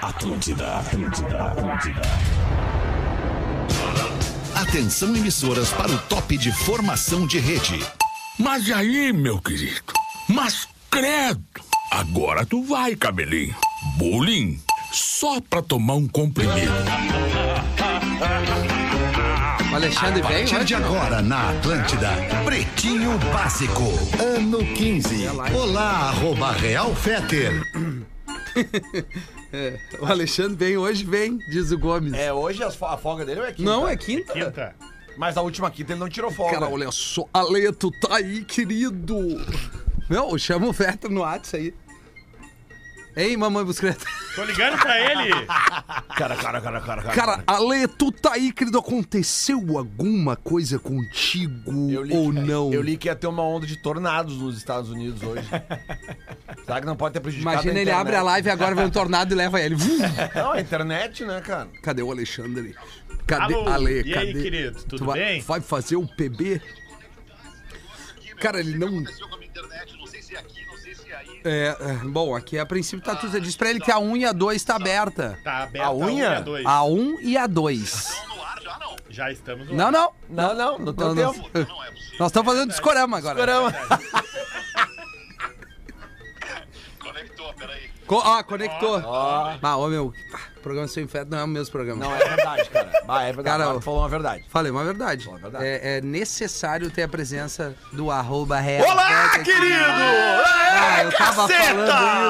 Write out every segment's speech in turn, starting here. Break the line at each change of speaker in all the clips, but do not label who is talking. Atlântida, Atlântida, Atlântida.
Atenção emissoras para o top de formação de rede.
Mas aí, meu querido, mas credo, agora tu vai, cabelinho. Bullying, só pra tomar um comprimido.
O Alexandre
A
veio
partir
hoje,
de
não?
agora na Atlântida, Pretinho Básico, ano 15. Olá, arroba Real Feter.
É. O Alexandre vem hoje, vem, diz o Gomes.
É, hoje as fo- a folga dele ou é quinta?
Não, é quinta.
Quinta.
Mas a última quinta ele não tirou folga.
Cara, olha só. Ale, tu tá aí, querido. Não, chama o Vetter no WhatsApp aí. Ei, mamãe buscreta.
Tá
Tô ligando pra ele.
cara, cara, cara, cara.
Cara, Ale, tu tá aí, querido. Aconteceu alguma coisa contigo
Eu li,
ou não?
Eu li que ia ter uma onda de tornados nos Estados Unidos hoje. Será que não pode ter prejudicado
Imagina
a
ele abre a
internet?
live agora, vem um tornado e leva ele. Vum!
Não, a internet, né, cara?
Cadê o Alexandre? Cadê
Alô,
Ale?
e
cadê?
aí, querido, tudo
Tu vai-
bem?
Vai fazer o PB? Cara, ele não. É, é, bom, aqui a princípio tá tudo. Diz pra ele que a 1 e a 2 tá aberta.
Tá aberta
A
um
unha?
e dois.
A 1 e a 2.
Já estamos no
Não,
ar.
não.
Não, não, é no
Não,
teu
não.
tempo.
Nós estamos fazendo discorama agora. É Co- ah, conectou.
Ó.
Ah, ô meu. ah, Programa Seu Inferno não é o mesmo programa.
Não, é verdade, cara. Bah, é verdade.
Cara,
Cara,
eu-
falou uma verdade.
Falei uma verdade.
Fala a verdade.
É, é necessário ter a presença do arroba real.
Olá,
Fetter.
querido!
Ah,
É,
eu tava falando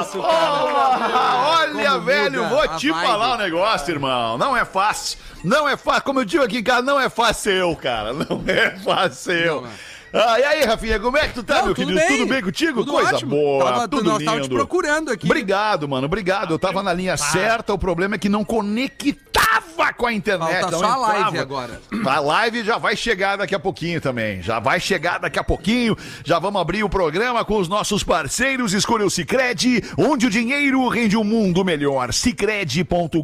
isso, cara.
Olha,
Como
velho,
muda
vou
a
te
vibe.
falar um negócio, irmão. Não é fácil. Não é fácil. Como eu digo aqui, em casa, não é fácil, eu, cara. Não é fácil.
Não, é. não.
Ah, e aí, Rafinha, como é que tu tá,
Não,
meu querido? Tudo bem contigo?
Tudo
Coisa
ótimo.
boa,
Tava,
tudo
nós
lindo.
tava te procurando aqui.
Obrigado, mano. Obrigado. Eu tava na
Tá.
linha certa. O problema é que não conectava com a internet.
Falta
não
só a live
entrava.
agora.
A live já vai chegar daqui a pouquinho também. Já vai chegar daqui a pouquinho. Já vamos abrir o programa com os nossos parceiros. Escolha o Cicred, onde o dinheiro rende um mundo melhor. Cicred.com.br.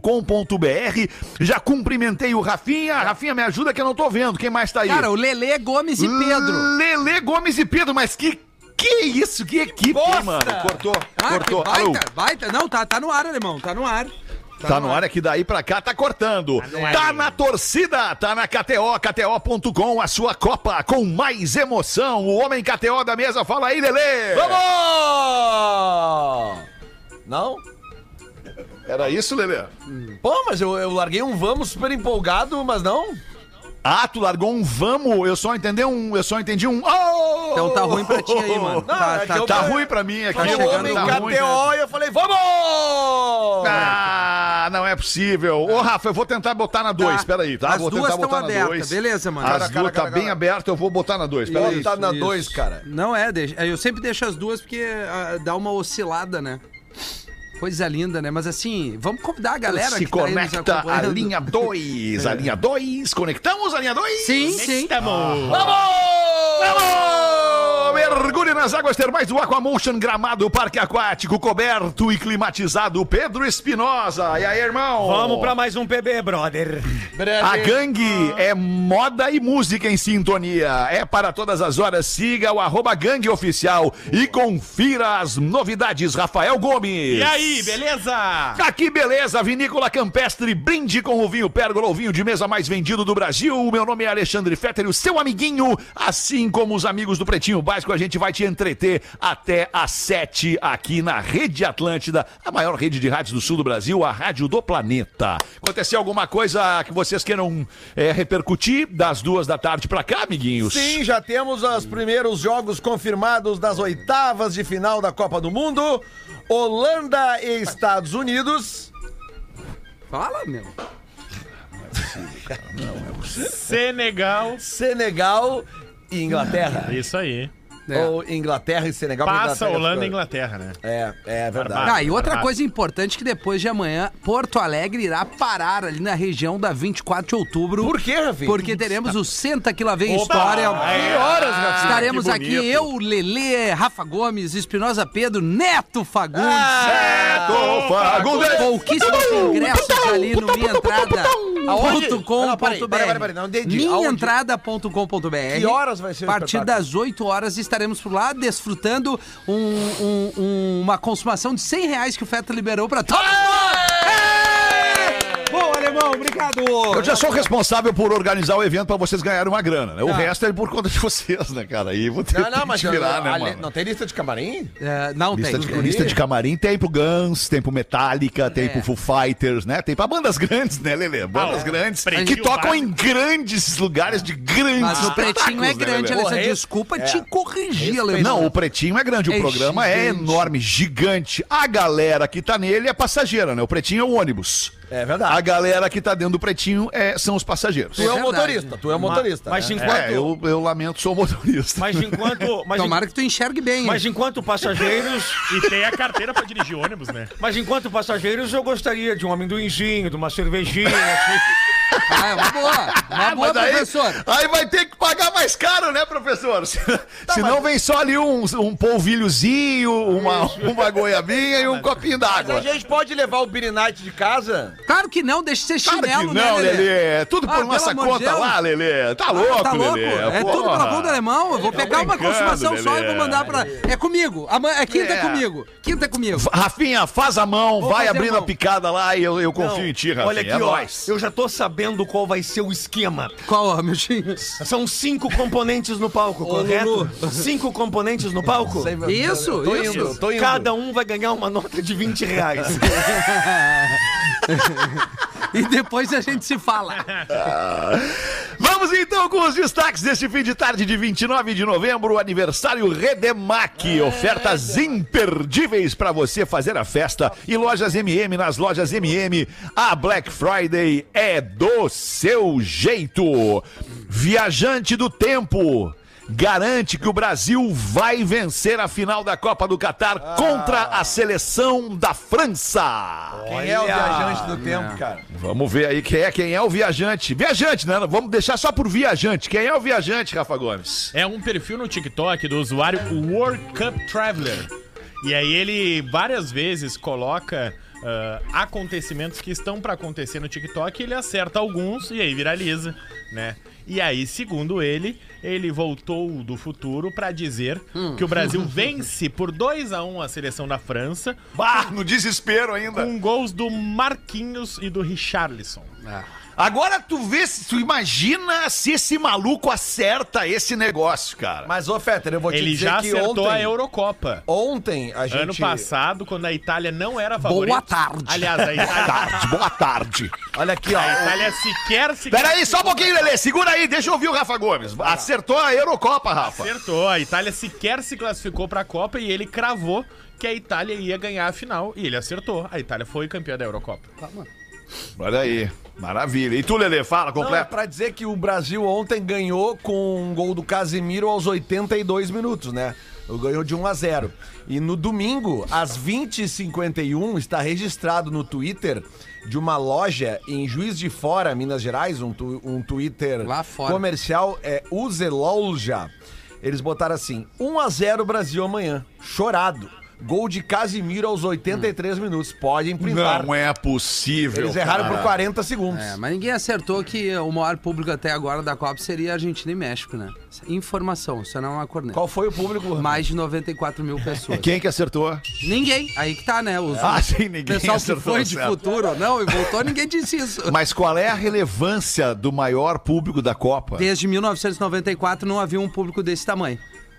Já cumprimentei o Rafinha. Rafinha, me ajuda que eu não tô vendo. Quem mais tá aí?
Cara, o Lelê Gomes e Pedro.
Lele Gomes e Pedro, mas que. Que isso? Que equipe, hein, mano? Cortou,
Ah,
cortou.
que
Alô.
baita, baita. Não, tá, tá no ar, alemão, tá no ar.
Tá no ar é que daí pra cá tá cortando. Tá na torcida, tá na KTO, KTO.com, a sua Copa com mais emoção. O homem KTO da mesa fala aí, Lelê.
Vamos! Oh! Não?
Era isso, Lelê?
Pô, mas eu, eu larguei um vamos super empolgado, mas não.
Ah, tu largou um vamos, eu só entendi um, eu só entendi um. Oh!
Então tá ruim pra ti aí, mano.
Não,
tá,
é
tá,
que eu-
Tá ruim pra mim aqui.
Tá
chegando
homem
tá
KTO
ruim.
e eu falei, vamos!
Ah, não é possível. Ô, Rafa, eu vou tentar botar na 2.
Tá.
Peraí, tá?
As
vou
duas
tentar
tão
botar na
abertas,
2.
beleza, mano.
As
Cara,
cara,
duas tá
cara,
bem
cara.
aberta, eu vou botar na 2.
Pô,
Peraí.
tá na 2, cara.
Não é, deixa- eu sempre deixo as duas porque ah, dá uma oscilada, né? Coisa linda, né? Mas assim, vamos convidar a galera
se
que tá aí nos
conecta a
acompanhando.
linha 2. A linha 2. Conectamos a linha 2.
Sim, sim.
Estamos.
Vamos! Mergulhe nas águas termais do Aquamotion Gramado, parque aquático coberto e climatizado. Pedro Espinosa. E aí, irmão?
Vamos pra mais um PB, brother. Ah,
A gangue é moda e música em sintonia. É para todas as horas. Siga o arroba gangue oficial e confira as novidades. Rafael Gomes.
E aí, beleza?
Ah, Que beleza, Vinícola Campestre, brinde com o vinho Pérgola, o vinho de mesa mais vendido do Brasil. O meu nome é Alexandre Fetter, e o seu amiguinho, assim como os amigos do Pretinho Básico, a gente vai te entreter até às sete aqui na Rede Atlântida, a maior rede de rádios do sul do Brasil, a rádio do planeta. Aconteceu alguma coisa que vocês queiram eh, repercutir das duas da tarde pra cá, amiguinhos?
Sim, já temos os primeiros jogos confirmados das oitavas de final da Copa do Mundo. Holanda e Estados Unidos.
Fala, meu.
Senegal.
Senegal e Inglaterra.
Isso aí.
É.
Ou Inglaterra e Senegal. porque
Passa
Inglaterra
Holanda e
ficou-
Inglaterra, né?
É, é verdade.
Barbado.
Ah, e outra
Barbado.
coisa importante que depois de amanhã, Porto Alegre irá parar ali na região da 24 de outubro.
Por quê, Rafinha?
Porque teremos o Senta Que Lá Vem
Opa!
História. Ah,
Aê!
Que horas, Rafinha?
Estaremos
que
aqui
bonito.
eu, Lelê, Rafa Gomes, Espinosa Pedro, Neto Fagundes.
É.
Tô Fagundes!
Pouquíssimos
um,
ingressos ali no
Aonde? um. Não, peraí, peraí, peraí, peraí,
minhaentrada.com.br.
não entendi. Aonde?
Minhaentrada.com.br.
Que horas vai ser
A
o
partir
espetáculo?
das 8 horas estaremos por lá desfrutando um- um- um- uma consumação de 100 reais que o Feta liberou pra todos nós. Brunão, obrigado.
Eu já sou responsável por organizar o evento pra vocês ganharem uma grana,
Tá.
né? O resto é por conta de vocês, né, cara? Aí vou ter
Não,
que
não, mas
tirar, né,
a-
mano?
não tem lista de camarim?
É, não
Lista de,
tem.
lista de camarim tem pro Guns, tem pro Metallica, tem
É.
pro Foo Fighters, né? Tem pra bandas grandes, né, Lele? Bandas
Ah,
grandes que
Pretinho
tocam
básico.
em grandes lugares de grandes
Mas
Ah,
o pretinho é
espetáculos, né,
grande, né?
Lelê?
Alessandro. Desculpa
é
te corrigir, Alessandro.
Não, o pretinho é grande, o
É
programa é
gigante.
enorme, gigante. A galera que tá nele é passageira, né? O pretinho é o ônibus.
É
A
verdade.
galera que tá dentro do pretinho é, são os passageiros.
Tu é o
verdade.
motorista, tu é o motorista.
Mas
né?
enquanto.
É, eu, eu lamento, sou motorista.
Mas enquanto. Mas,
Tomara que tu enxergue bem. hein?
mas enquanto passageiros.
E tem a carteira pra dirigir ônibus, né?
Mas enquanto passageiros, eu gostaria de um amendoinzinho, de uma cervejinha. assim.
Ah, é uma boa. Uma boa,
Mas aí,
professor. Tá,
aí vai ter que pagar mais caro, né, professor? Se, não vem só ali um, um polvilhozinho, uma, uma goiabinha e um copinho
Mas a
é
d'água.
gente pode levar o Billy Knight de casa?
Claro que não, deixa de ser
Claro
chinelo,
que não,
né, Lelê?
Lelê. É Tudo
Ah,
por
pelo
nossa
amor de
conta
Deus.
lá, Lelê. Tá louco,
tá louco?
Lelê.
É tudo
porra. Tá
pela conta alemão. Eu vou pegar uma
brincando,
consumação só e
Lelê.
vou mandar pra. É comigo. Amanhã- É quinta
É.
comigo. Quinta é comigo.
Rafinha, faz a mão,
Vou fazer
vai
a
abrindo a
mão.
picada lá e eu, eu confio em ti, Rafinha.
Olha aqui,
é
ó.
nóis.
Eu já tô sabendo qual vai ser o esquema.
Qual, ó, meu time?
São cinco componentes no palco, correto? Cinco componentes no palco?
Isso,
Tô
isso.
indo, tô indo.
Cada um vai ganhar uma nota de 20 reais.
E depois a gente se fala.
Vamos então com os destaques deste fim de tarde de 29 de novembro, aniversário Redemac. Ofertas imperdíveis para você fazer a festa. E lojas MM, nas lojas MM, a Black Friday é do seu jeito. Viajante do tempo. Garante que o Brasil vai vencer a final da Copa do Catar contra a seleção da França.
Quem é o viajante do tempo, cara?
Vamos ver aí quem é, quem é o viajante. Viajante, né? Vamos deixar só por viajante. Quem é o viajante, Rafa Gomes?
É um perfil no TikTok do usuário World Cup Traveler. E aí ele várias vezes coloca ah, acontecimentos que estão pra acontecer no TikTok, e ele acerta alguns e aí viraliza, né? E aí, segundo ele, ele voltou do futuro pra dizer que o Brasil vence por 2 a 1 a seleção da França,
Bah, no desespero ainda.
com gols do Marquinhos e do Richarlison.
Agora tu vê, se- tu imagina se esse maluco acerta esse negócio, cara.
Mas, ô Fetter, eu vou te
Ele
dizer
já
que
acertou
ontem...
a Eurocopa.
Ontem a gente...
Ano passado, quando a Itália não era favorita.
Boa tarde.
Aliás, a
Boa
Itália
tarde, boa tarde.
Olha aqui, ó.
A Itália sequer se
Peraí, só um pouquinho, Lelê. Segura aí, deixa eu ouvir o Rafa Gomes. Acertou a Eurocopa, Rafa.
acertou. A Itália sequer se classificou para a Copa e ele cravou que a Itália ia ganhar a final e ele acertou. A Itália foi campeã da Eurocopa.
Olha aí, maravilha. E tu, Lelê, fala,
Não, é
completa.
pra dizer que o Brasil ontem ganhou com um gol do Casemiro aos 82 minutos, né? Ganhou de 1 a 0. E no domingo, às 20h51, está registrado no Twitter de uma loja em Juiz de Fora, Minas Gerais, um, tu- um Twitter
Lá fora.
comercial, é Uzelolja. Eles botaram assim, 1 a 0 Brasil amanhã, chorado. Gol de Casimiro aos 83 minutos. Podem printar.
Não é possível.
Eles erraram por
cara.
40 segundos.
É, mas ninguém acertou que o maior público até agora da Copa seria Argentina e México, né? Informação, isso não é uma corneta.
Qual foi o público?
Mais de 94 mil pessoas.
Quem que acertou?
Ninguém. Aí que tá, né? Os,
Ah, sim,
o
ninguém
pessoal que
acertou
foi de
certo.
futuro, não, e voltou, ninguém disse isso.
Mas qual é a relevância do maior público da Copa?
Desde 1994 não havia um público desse tamanho.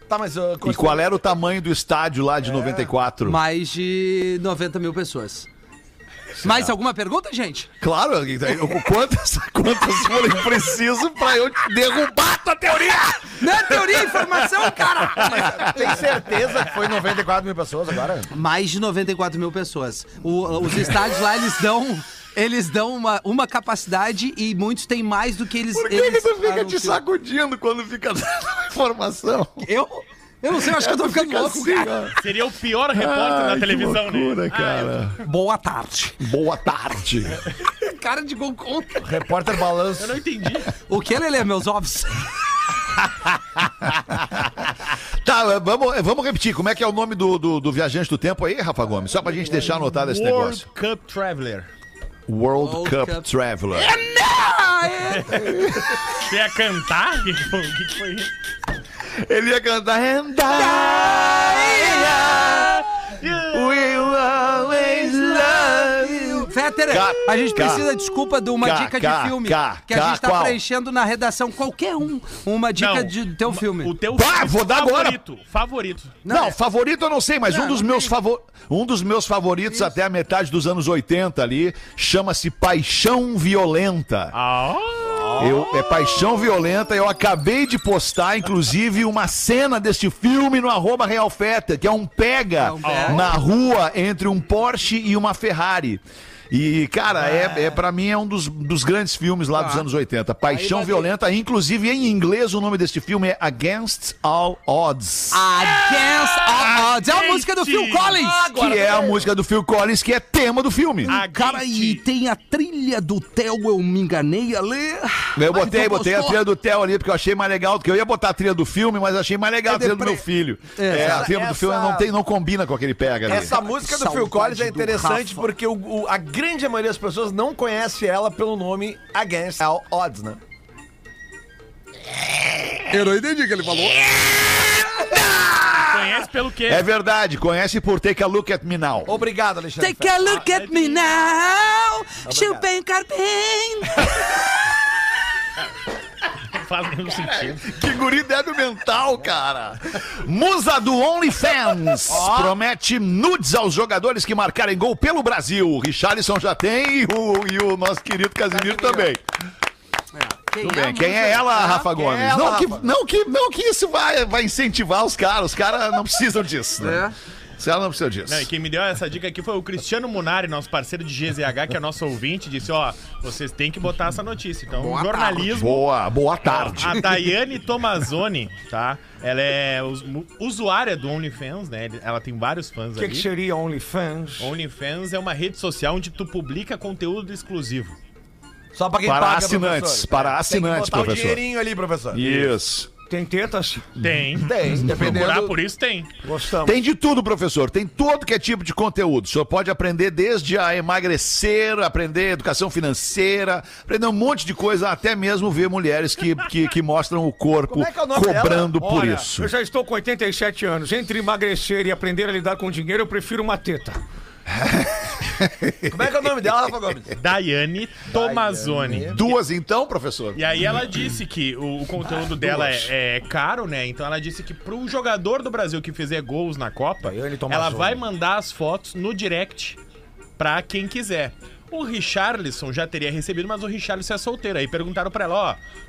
Tá, mas uh,
E qual era o tamanho do estádio lá
É.
de 94?
Mais de 90 mil pessoas. Mais alguma pergunta, gente?
Claro, eu- quantas, quantas forem preciso pra eu derrubar a tua teoria?
Não é teoria, é informação, cara!
Tem certeza que foi 94 mil pessoas agora?
Mais de 94 mil pessoas. O- os estádios lá, eles dão. Eles dão uma, uma capacidade e muitos têm mais do que eles.
Por que, que
eles
tu fica te
anunciam.
sacudindo quando fica dando informação?
Eu? Eu não sei, eu acho que eu tô ficando
Fica
louco,
assim,
cara.
ó.
Seria o pior repórter
Ai,
da televisão,
que loucura,
né?
cara.
Boa tarde.
Boa tarde.
Cara de gol contra.
Repórter
Ah, eu não
Balanço.
entendi.
O que, Lelê, meus ovos?
Tá, vamos, vamos repetir. Como é que é o nome do, do, do viajante do tempo aí, Rafa Gomes? Só pra gente deixar anotado esse
World
negócio.
Cup Traveler.
World,
World
Cup,
Cup.
Traveler.
Você ia cantar? O que que foi isso?
Ele ia cantar And I, We will always love you.
Fetter,
Cá,
a gente
cá.
precisa, desculpa, de uma
Cá,
dica
cá,
de filme.
cá,
que a
cá,
gente tá
qual?
preenchendo na redação. Qualquer um, uma dica
Não,
de, do teu filme.
O teu
Pá, vou dar agora.
favorito. Favorito.
Não,
é-
favorito eu não sei, mas um, dos meus favor... um dos meus favoritos até a metade dos anos 80 ali chama-se Paixão Violenta.
Ah,
Eu, é Paixão Violenta, eu acabei de postar, inclusive, uma cena deste filme no arroba Real Feta, que é um pega,
É um pega.
na rua entre um Porsche e uma Ferrari. E, cara, é, é para mim é um dos, dos grandes filmes lá dos anos 80. Paixão Violenta, inclusive em inglês o nome deste filme é Against All Odds.
Against All Odds. É a
gente.
música do Phil Collins.
que é a música do Phil Collins, que é tema do filme.
Ah,
Cara, e
tá.
tem a trilha do Theo, eu me enganei ali.
Eu
Mas
botei,
então
botei a
gostou?
trilha do Theo ali, porque eu achei mais legal, porque eu ia botar a trilha do filme, mas achei mais legal
É
a trilha do
deprê.
meu filho.
É,
É,
essa-
a trilha do filme não,
essa-
tem, não combina com aquele pega ali.
Essa música do Phil
saudade
Collins é
do
interessante
Rafa.
porque o- o- a grande maioria das pessoas não conhece ela pelo nome Against All Odds, né?
Eu não entendi o que ele falou.
Conhece pelo quê?
É verdade, conhece por Take a Look at Me Now.
Obrigado, Alexandre.
Take a look at me now, Chupem Carpin.
Não faz nenhum sentido.
Que guri débil mental, cara. Musa do OnlyFans promete nudes aos jogadores que marcarem gol pelo Brasil. O Richarlison já tem e o, e o nosso querido Casimiro também. Tudo bem. Quem é ela, Rafa Gomes?
Ah, ela,
não, que,
Rafa?
não, que, não que isso vai, vai incentivar os caras. Os caras não precisam disso,
É.
né? Se ela não precisa disso.
Não, e quem me deu essa dica aqui foi o Cristiano Munari, nosso parceiro de GZH, que é nosso ouvinte, disse, ó, vocês têm que botar essa notícia. Então, jornalismo
Boa, boa tarde.
A Daiane Tomazoni, tá? Ela é us- mu- usuária do OnlyFans, né? Ele- Ela tem vários fãs ali.
seria OnlyFans?
OnlyFans é uma rede social onde tu publica conteúdo exclusivo.
Só pra quem
Para
paga,
assinantes,
professor.
para
Tem
assinantes,
que botar o
professor.
dinheirinho ali, professor.
Isso.
Tem tetas?
Uhum.
Tem.
Tem,
Procurar
dependendo...
por isso tem.
Gostamos.
Tem de tudo, professor. Tem todo que é tipo de conteúdo. O senhor pode aprender desde a emagrecer, aprender educação financeira, aprender um monte de coisa, até mesmo ver mulheres que, que, que mostram o corpo
Como é que é o nome
cobrando
dela?
por
Olha,
isso.
eu já estou com 87 anos. Entre emagrecer e aprender a lidar com dinheiro, eu prefiro uma teta.
Como é que é o nome dela, Rafa Gomes?
Daiane Tomazoni.
Duas então, professor?
E aí ela disse que o, o conteúdo dela é, é caro, né? Então ela disse que pro jogador do Brasil que fizer gols na Copa,
Daiane Tomazoni.
ela vai mandar as fotos no direct pra quem quiser. O Richarlison já teria recebido, mas o Richarlison é solteiro. Aí perguntaram pra ela,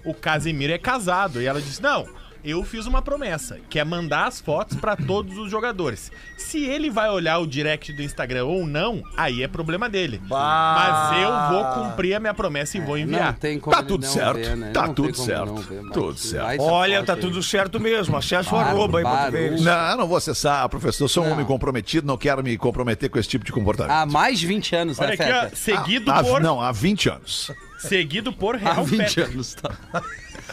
ó, o Casemiro é casado. E ela disse, não, eu fiz uma promessa, que é mandar as fotos pra todos os jogadores. Se ele vai olhar o direct do Instagram ou não, aí é problema dele. Mas eu vou cumprir a minha promessa e vou enviar.
É, Não tem como
Tá
ele
tudo
não
certo.
ver, né?
Tá
Não
tudo
tem como
certo.
não ver, mas
Tudo certo.
vai essa
Olha,
foto
tá
aí.
tudo certo mesmo. Acessa o
Barulho,
arroba aí pra tu
barulho.
ver.
Não, não vou acessar, professor. Sou um
Não.
homem comprometido, não quero me comprometer com esse tipo de comportamento.
Ah,
Há mais de 20 anos,
Olha
né,
aqui, ó,
Fetter?
seguido
Há-
por
Ah, tá, Não, há 20 anos.
seguido por
Há
Real
20
É Fetter.
anos, tá?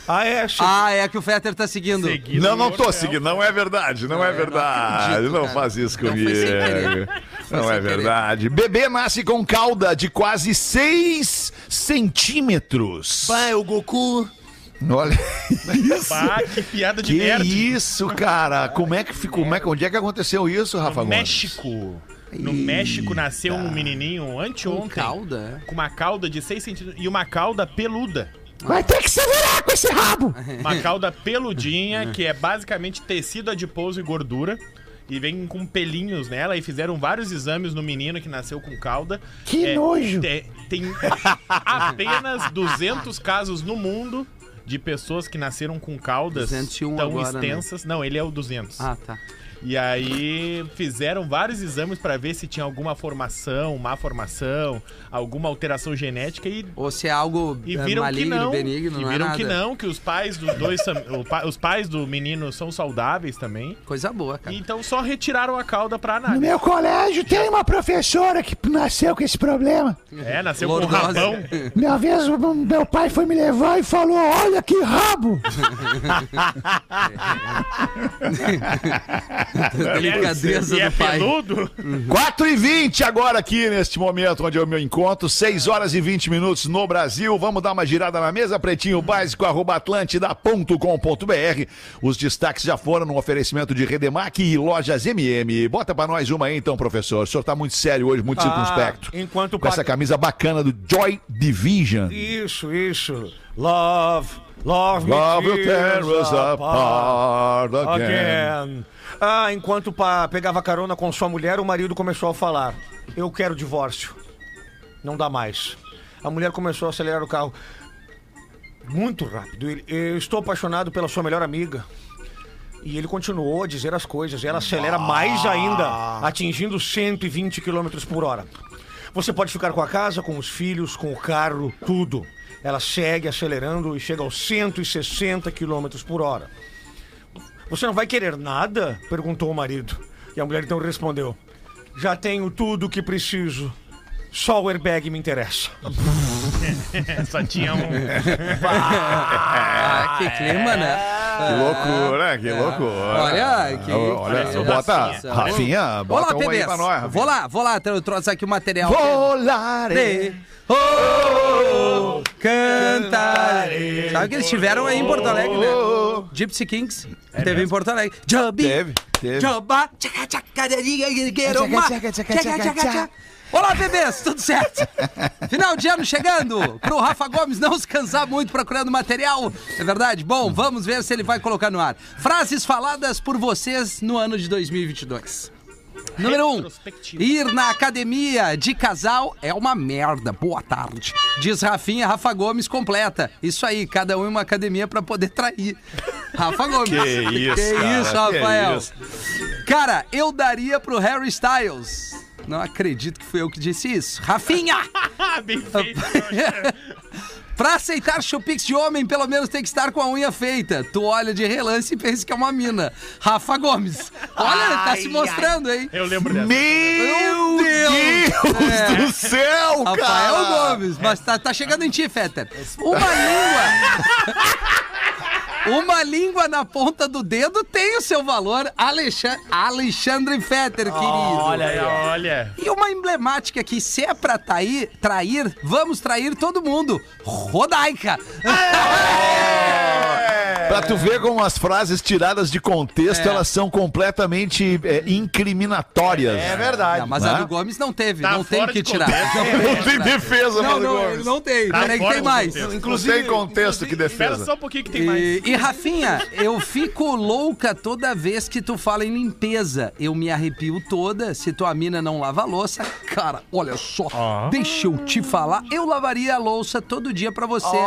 Ah, é, che-
Ah, é que o Fetter tá seguindo.
Seguido
não, não
por
um
tô
Real
seguindo. Não é verdade, não é verdade.
acredito,
não
cara.
faz isso
Não foi
comigo.
sem querer. Foi
Não
sem
é
querer.
verdade. Bebê nasce com cauda de quase 6 centímetros.
é o Goku.
Olha
Fetter.
isso.
Pá, Ah, que piada de
Que
merda.
isso, cara? Como é que ficou? Como é que, onde é que aconteceu isso, Rafa
No
Gomes?
México. No México nasceu um menininho anteontem.
Com cauda, é?
Com uma cauda de 6 centímetros e uma cauda peluda.
Vai ter que segurar com esse rabo.
É.
Uma cauda peludinha, que é basicamente tecido adiposo e gordura. E vem com pelinhos nela e fizeram vários exames no menino que nasceu com cauda. Que nojo! tem apenas 200 casos no mundo de pessoas que nasceram com caudas
201
tão
agora, né?
extensas. Não, ele é o 200.
Ah, tá.
E aí fizeram vários exames pra ver se tinha alguma formação, má formação, alguma alteração genética e
Ou se é algo
e
eh,
viram
maligno,
que não,
benigno,
e
não é
viram que
nada.
não, que os pais dos dois, são- o pa- os pais do menino são saudáveis também.
Coisa boa, cara.
Então só retiraram a cauda pra análise.
Meu colégio tem uma professora que nasceu com esse problema.
É, nasceu com
Lordose.
rabão.
Uma vez meu pai foi me levar e falou: Olha que rabo!
Delicadeza
e é
do pai.
peludo?
4 e 20 agora aqui neste momento onde eu me encontro, 6 horas e 20 minutos no Brasil. Vamos dar uma girada na mesa, pretinho básico, arroba atlântida.com.br. Os destaques já foram no oferecimento de Redemac e lojas MM. Bota pra nós uma aí então, professor. O senhor tá muito sério hoje, muito circunspecto.
enquanto
Com
pa-
essa camisa bacana do Joy Division.
Isso, isso. Love, love,
Love
me
will tear us
tears
apart
apart
again.
again. Ah, enquanto pa- pegava carona com sua mulher, o marido começou a falar: Eu quero divórcio. Não dá mais. A mulher começou a acelerar o carro muito rápido. Ele, Eu estou apaixonado pela sua melhor amiga. E ele continuou a dizer as coisas. Ela acelera mais ainda, atingindo 120 km por hora. Você pode ficar com a casa, com os filhos, com o carro, tudo. Ela segue acelerando e chega aos 160 km por hora. Você não vai querer nada? perguntou o marido. E a mulher então respondeu: Já tenho tudo o que preciso. Só o airbag me interessa.
Só tinha um.
Ah, que clima, né?
Que loucura, que
É.
loucura.
É.
Ah,
Ah,
Olha, que-
Olha,
que
bota,
sensação.
Rafinha,
Vou
bota
lá,
uma aí pra nós.
Vou lá, vou lá, eu trouxe aqui o material.
Volare.
Oh, cantarei. Sabe que eles tiveram aí em Porto Alegre, né? Gypsy Kings. teve em Porto Alegre. Jobi.
É Teve, teve.
Joba. Tchaca, tchaca, deriga, guergueiro, ma- tchaca, tchaca, tchaca. Olá, bebês, tudo certo? Final de ano chegando. Pro Rafa Gomes não se cansar muito procurando material. É verdade? Bom, vamos ver se ele vai colocar no ar. Frases faladas por vocês no ano de 2022. Número 1. Um,
Retrospectiva.
ir na academia de casal é uma merda. Boa tarde. Diz Rafinha, Rafa Gomes completa. Isso aí, cada um em uma academia pra poder trair. Rafa Gomes.
Que isso, cara,
isso,
que
Rafael.
isso.
Cara, eu daria pro Harry Styles. Não acredito que fui eu que disse isso. Rafinha!
Ah, bem feito.
pra aceitar chupix de homem, pelo menos tem que estar com a unha feita. Tu olha de relance e pensa que é uma mina. Rafa Gomes. Olha, ele tá se mostrando, hein?
Eu lembro dessa.
Meu
Meu Deus!
Deus
É.
do céu,
Rafael
cara!
Gomes, mas tá, tá chegando em ti, Fetter. Uma língua. Uma língua na ponta do dedo tem o seu valor, Alexandre, Alexandre Fetter, querido.
Oh, Olha, aí, olha.
E uma emblemática que se é pra trair, trair, vamos trair todo mundo. Rodaica.
É.
Pra tu ver como as frases tiradas de contexto,
É.
elas são completamente é, incriminatórias.
É verdade.
Não, mas
né?
a do Gomes não teve,
Tá
não tem
fora
que
de
tirar.
contexto.
Não tem defesa,
É Não,
mano.
não, ele não tem.
Tá
Peraí que
fora
tem
de
mais.
contexto.
Inclusive, tem contexto que
Espera
defesa.
só um pouquinho que tem mais.
E, e Rafinha, eu fico louca toda vez que tu fala em limpeza. Eu me arrepio toda se tua mina não lava a louça. Cara, olha só, deixa eu te falar. Eu lavaria a louça todo dia pra você.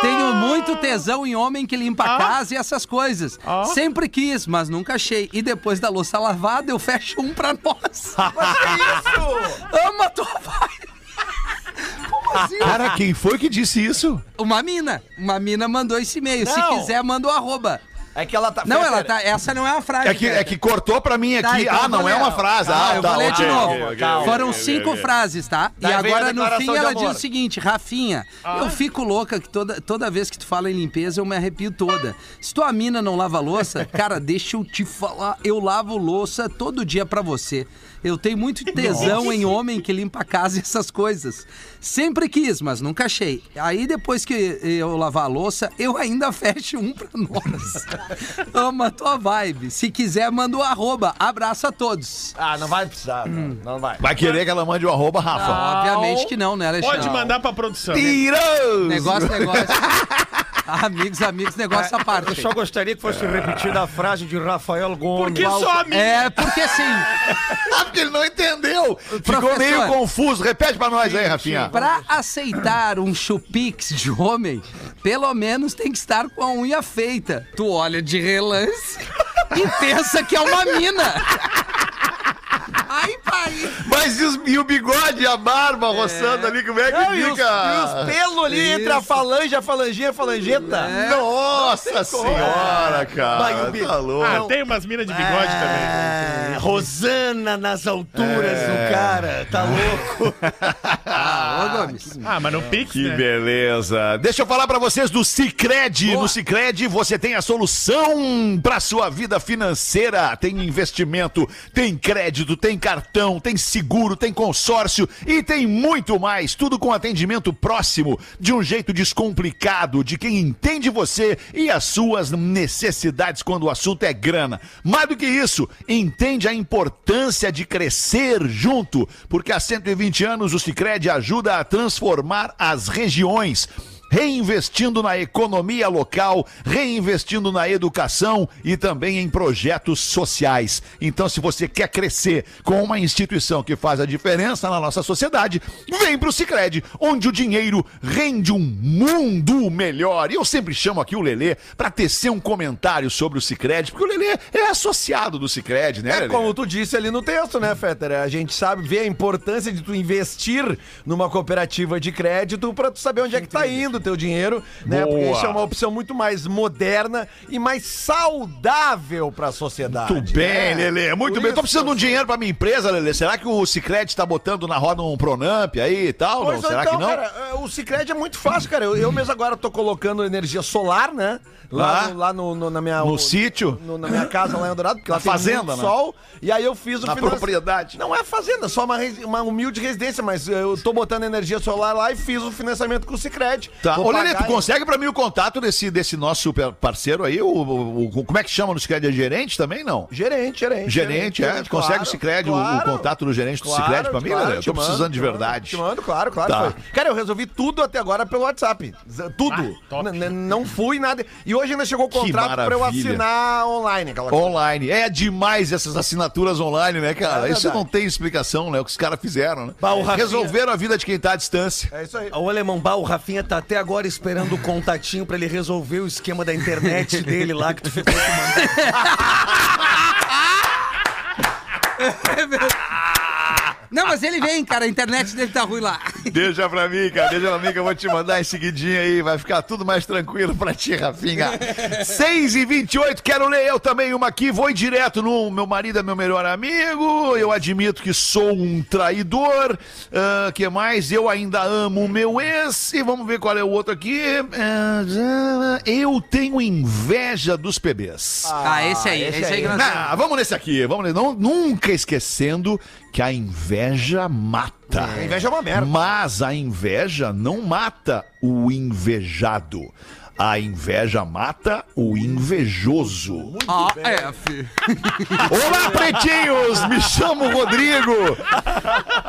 Tenho muito tesão em homem que limpa a casa e essas coisas. Sempre quis, mas nunca achei. E depois da louça lavada, eu fecho um pra nós.
é
Ama tua vai. Como assim?
Cara, quem foi que disse isso?
Uma mina. Uma mina mandou esse e-mail. Se
Não.
quiser, manda o arroba.
É que ela tá.
Não, ela
Fetter,
tá. Essa não é uma frase.
É que,
cara.
é que cortou pra mim aqui.
Tá, então
ah,
eu vou
não é
ler.
uma frase.
Tá,
ah,
eu
tá.
vou ler de
ok,
novo.
ok, ok,
Foram
ok,
cinco
ok.
frases, tá?
Daí
e
veio a
agora no
declaração
fim
de
ela
amor. Ah.
diz o seguinte: Rafinha, eu fico louca que toda, toda vez que tu fala em limpeza eu me arrepio toda. Se tua mina não lava louça, cara, deixa eu te falar, eu lavo louça todo dia pra você. Eu tenho muito tesão em homem que limpa a casa e essas coisas. Sempre quis, mas nunca achei. Aí depois que eu lavar a louça, eu ainda fecho um pra nós. Ama tua vibe. Se quiser, manda o arroba. Abraço a todos.
Ah, não vai precisar. Não,
Hum.
não vai.
Vai querer que ela mande o arroba, Rafa.
Ah,
Obviamente
oh.
que não, né, Alexandre?
Pode mandar pra produção.
Tirou!
Negócio, negócio. amigos, amigos, negócio à
Eu
parte.
só gostaria que
Ah.
fosse repetida a frase de Rafael Gomes.
Porque só a minha.
É, porque assim,
Ah, porque ele não entendeu. Ficou
Professor.
meio confuso. Repete pra nós aí, Rafinha.
pra aceitar um chupix de homem, pelo menos tem que estar com a unha feita. Tu olha de relance e pensa que é uma mina. Ai, pai.
Mas e, os- e o bigode e a barba roçando ali, como é que
Não, e os, e os
fica?
pelos ali entre a falange, a falanginha, a falangeta.
Nossa senhora,
Vai,
cara.
o bi-
Tá louco.
É,
Ah, tem umas minas de bigode também.
É, Rosana nas alturas do cara.
tá louco.
Ah, ô, Gomes.
Ah, mas no Pix,
Que
né?
beleza. Deixa eu falar pra vocês do Cicred.
Boa.
No Cicred você tem a solução pra sua vida financeira. Tem investimento, tem crédito, tem cartão, tem seguro, tem consórcio e tem muito mais. Tudo com atendimento próximo, de um jeito descomplicado, de quem entende você e as suas necessidades quando o assunto é grana. Mais do que isso, entende a importância de crescer junto, porque assim há 120 anos o Cicred ajuda a transformar as regiões. Reinvestindo na economia local, reinvestindo na educação e também em projetos sociais. Então, se você quer crescer com uma instituição que faz a diferença na nossa sociedade, vem pro Cicred, onde o dinheiro rende um mundo melhor. E eu sempre chamo aqui o Lelê para tecer um comentário sobre o Cicred, porque o Lelê é associado do Cicred, né,
É
Lelê?
como tu disse ali no texto, né, Fetter? A gente sabe ver a importância de tu investir numa cooperativa de crédito pra tu saber onde é que tá indo o teu dinheiro, né? Porque
Boa.
isso é uma opção muito mais moderna e mais saudável pra sociedade.
Muito bem,
É.
Lelê. Muito
Por
bem. Tô
isso,
precisando de um dinheiro pra minha empresa, Lelê. Será que o Cicred tá botando na roda um Pronamp aí e tal?
Pois ou
não? Será
então,
que não?
cara, é, o Cicred é muito fácil, cara. Eu, eu mesmo agora tô colocando energia solar, né? Lá,
Ah.
no, lá no- no- na minha...
No
o-
sítio?
no- na minha casa lá em Eldorado, porque lá
Na
tem
fazenda,
muito
né?
sol. E aí eu fiz o
Na
finance-
propriedade.
Não é fazenda, é só uma, resi- uma humilde residência, mas eu tô botando energia solar lá e fiz o financiamento com o Cicred.
Tá.
Vou
Ô, Lelê,
pagar
tu consegue pra mim o contato desse, desse nosso per- parceiro aí? O, o- o- como é que chama no Cicred? É gerente também, não?
Gerente, gerente.
Gerente, é? Tu consegue o
claro,
Cicred, o- o,
claro.
contato do gerente do
Claro,
Cicred pra mim,
claro,
Lelê? Eu
te
tô
mando,
precisando de
te mando,
verdade.
Te mando, claro, claro.
Tá.
foi. Cara, eu resolvi tudo até agora pelo WhatsApp. Z- Tudo.
Ah, top.
N- n- Não fui nada. E hoje ainda chegou o
Que
contrato pra eu
maravilha.
assinar online, aquela coisa.
Online. É demais essas assinaturas online, né, cara?
É
Isso
verdade.
não tem explicação, né? O que os caras fizeram, né?
Bah, o Rafinha-
Resolveram a vida de quem tá à distância.
É isso aí.
O alemão Bal, o Rafinha tá até agora esperando o contatinho pra ele resolver o esquema da internet dele lá que tu ficou te mandando.
Não, mas ele vem, cara. A internet dele tá ruim lá.
Deixa pra mim, cara. Deixa pra mim que eu vou te mandar em seguidinha aí. Vai ficar tudo mais tranquilo pra ti, Rafinha. 6 e 28 quero ler eu também uma aqui. Vou direto no Meu Marido é Meu Melhor Amigo. Eu admito que sou um traidor. Ah, que mais? Eu ainda amo o meu ex. E vamos ver qual é o outro aqui. Ah, eu tenho inveja dos bebês.
Ah, esse aí. Esse, aí que nós
Ah, vamos nesse aqui, vamos nesse. Não, nunca esquecendo que a inveja mata.
A inveja é uma merda.
Mas a inveja não mata o invejado. A inveja mata o invejoso.
Ah, é, fi.
Olá, pretinhos! Me chamo Rodrigo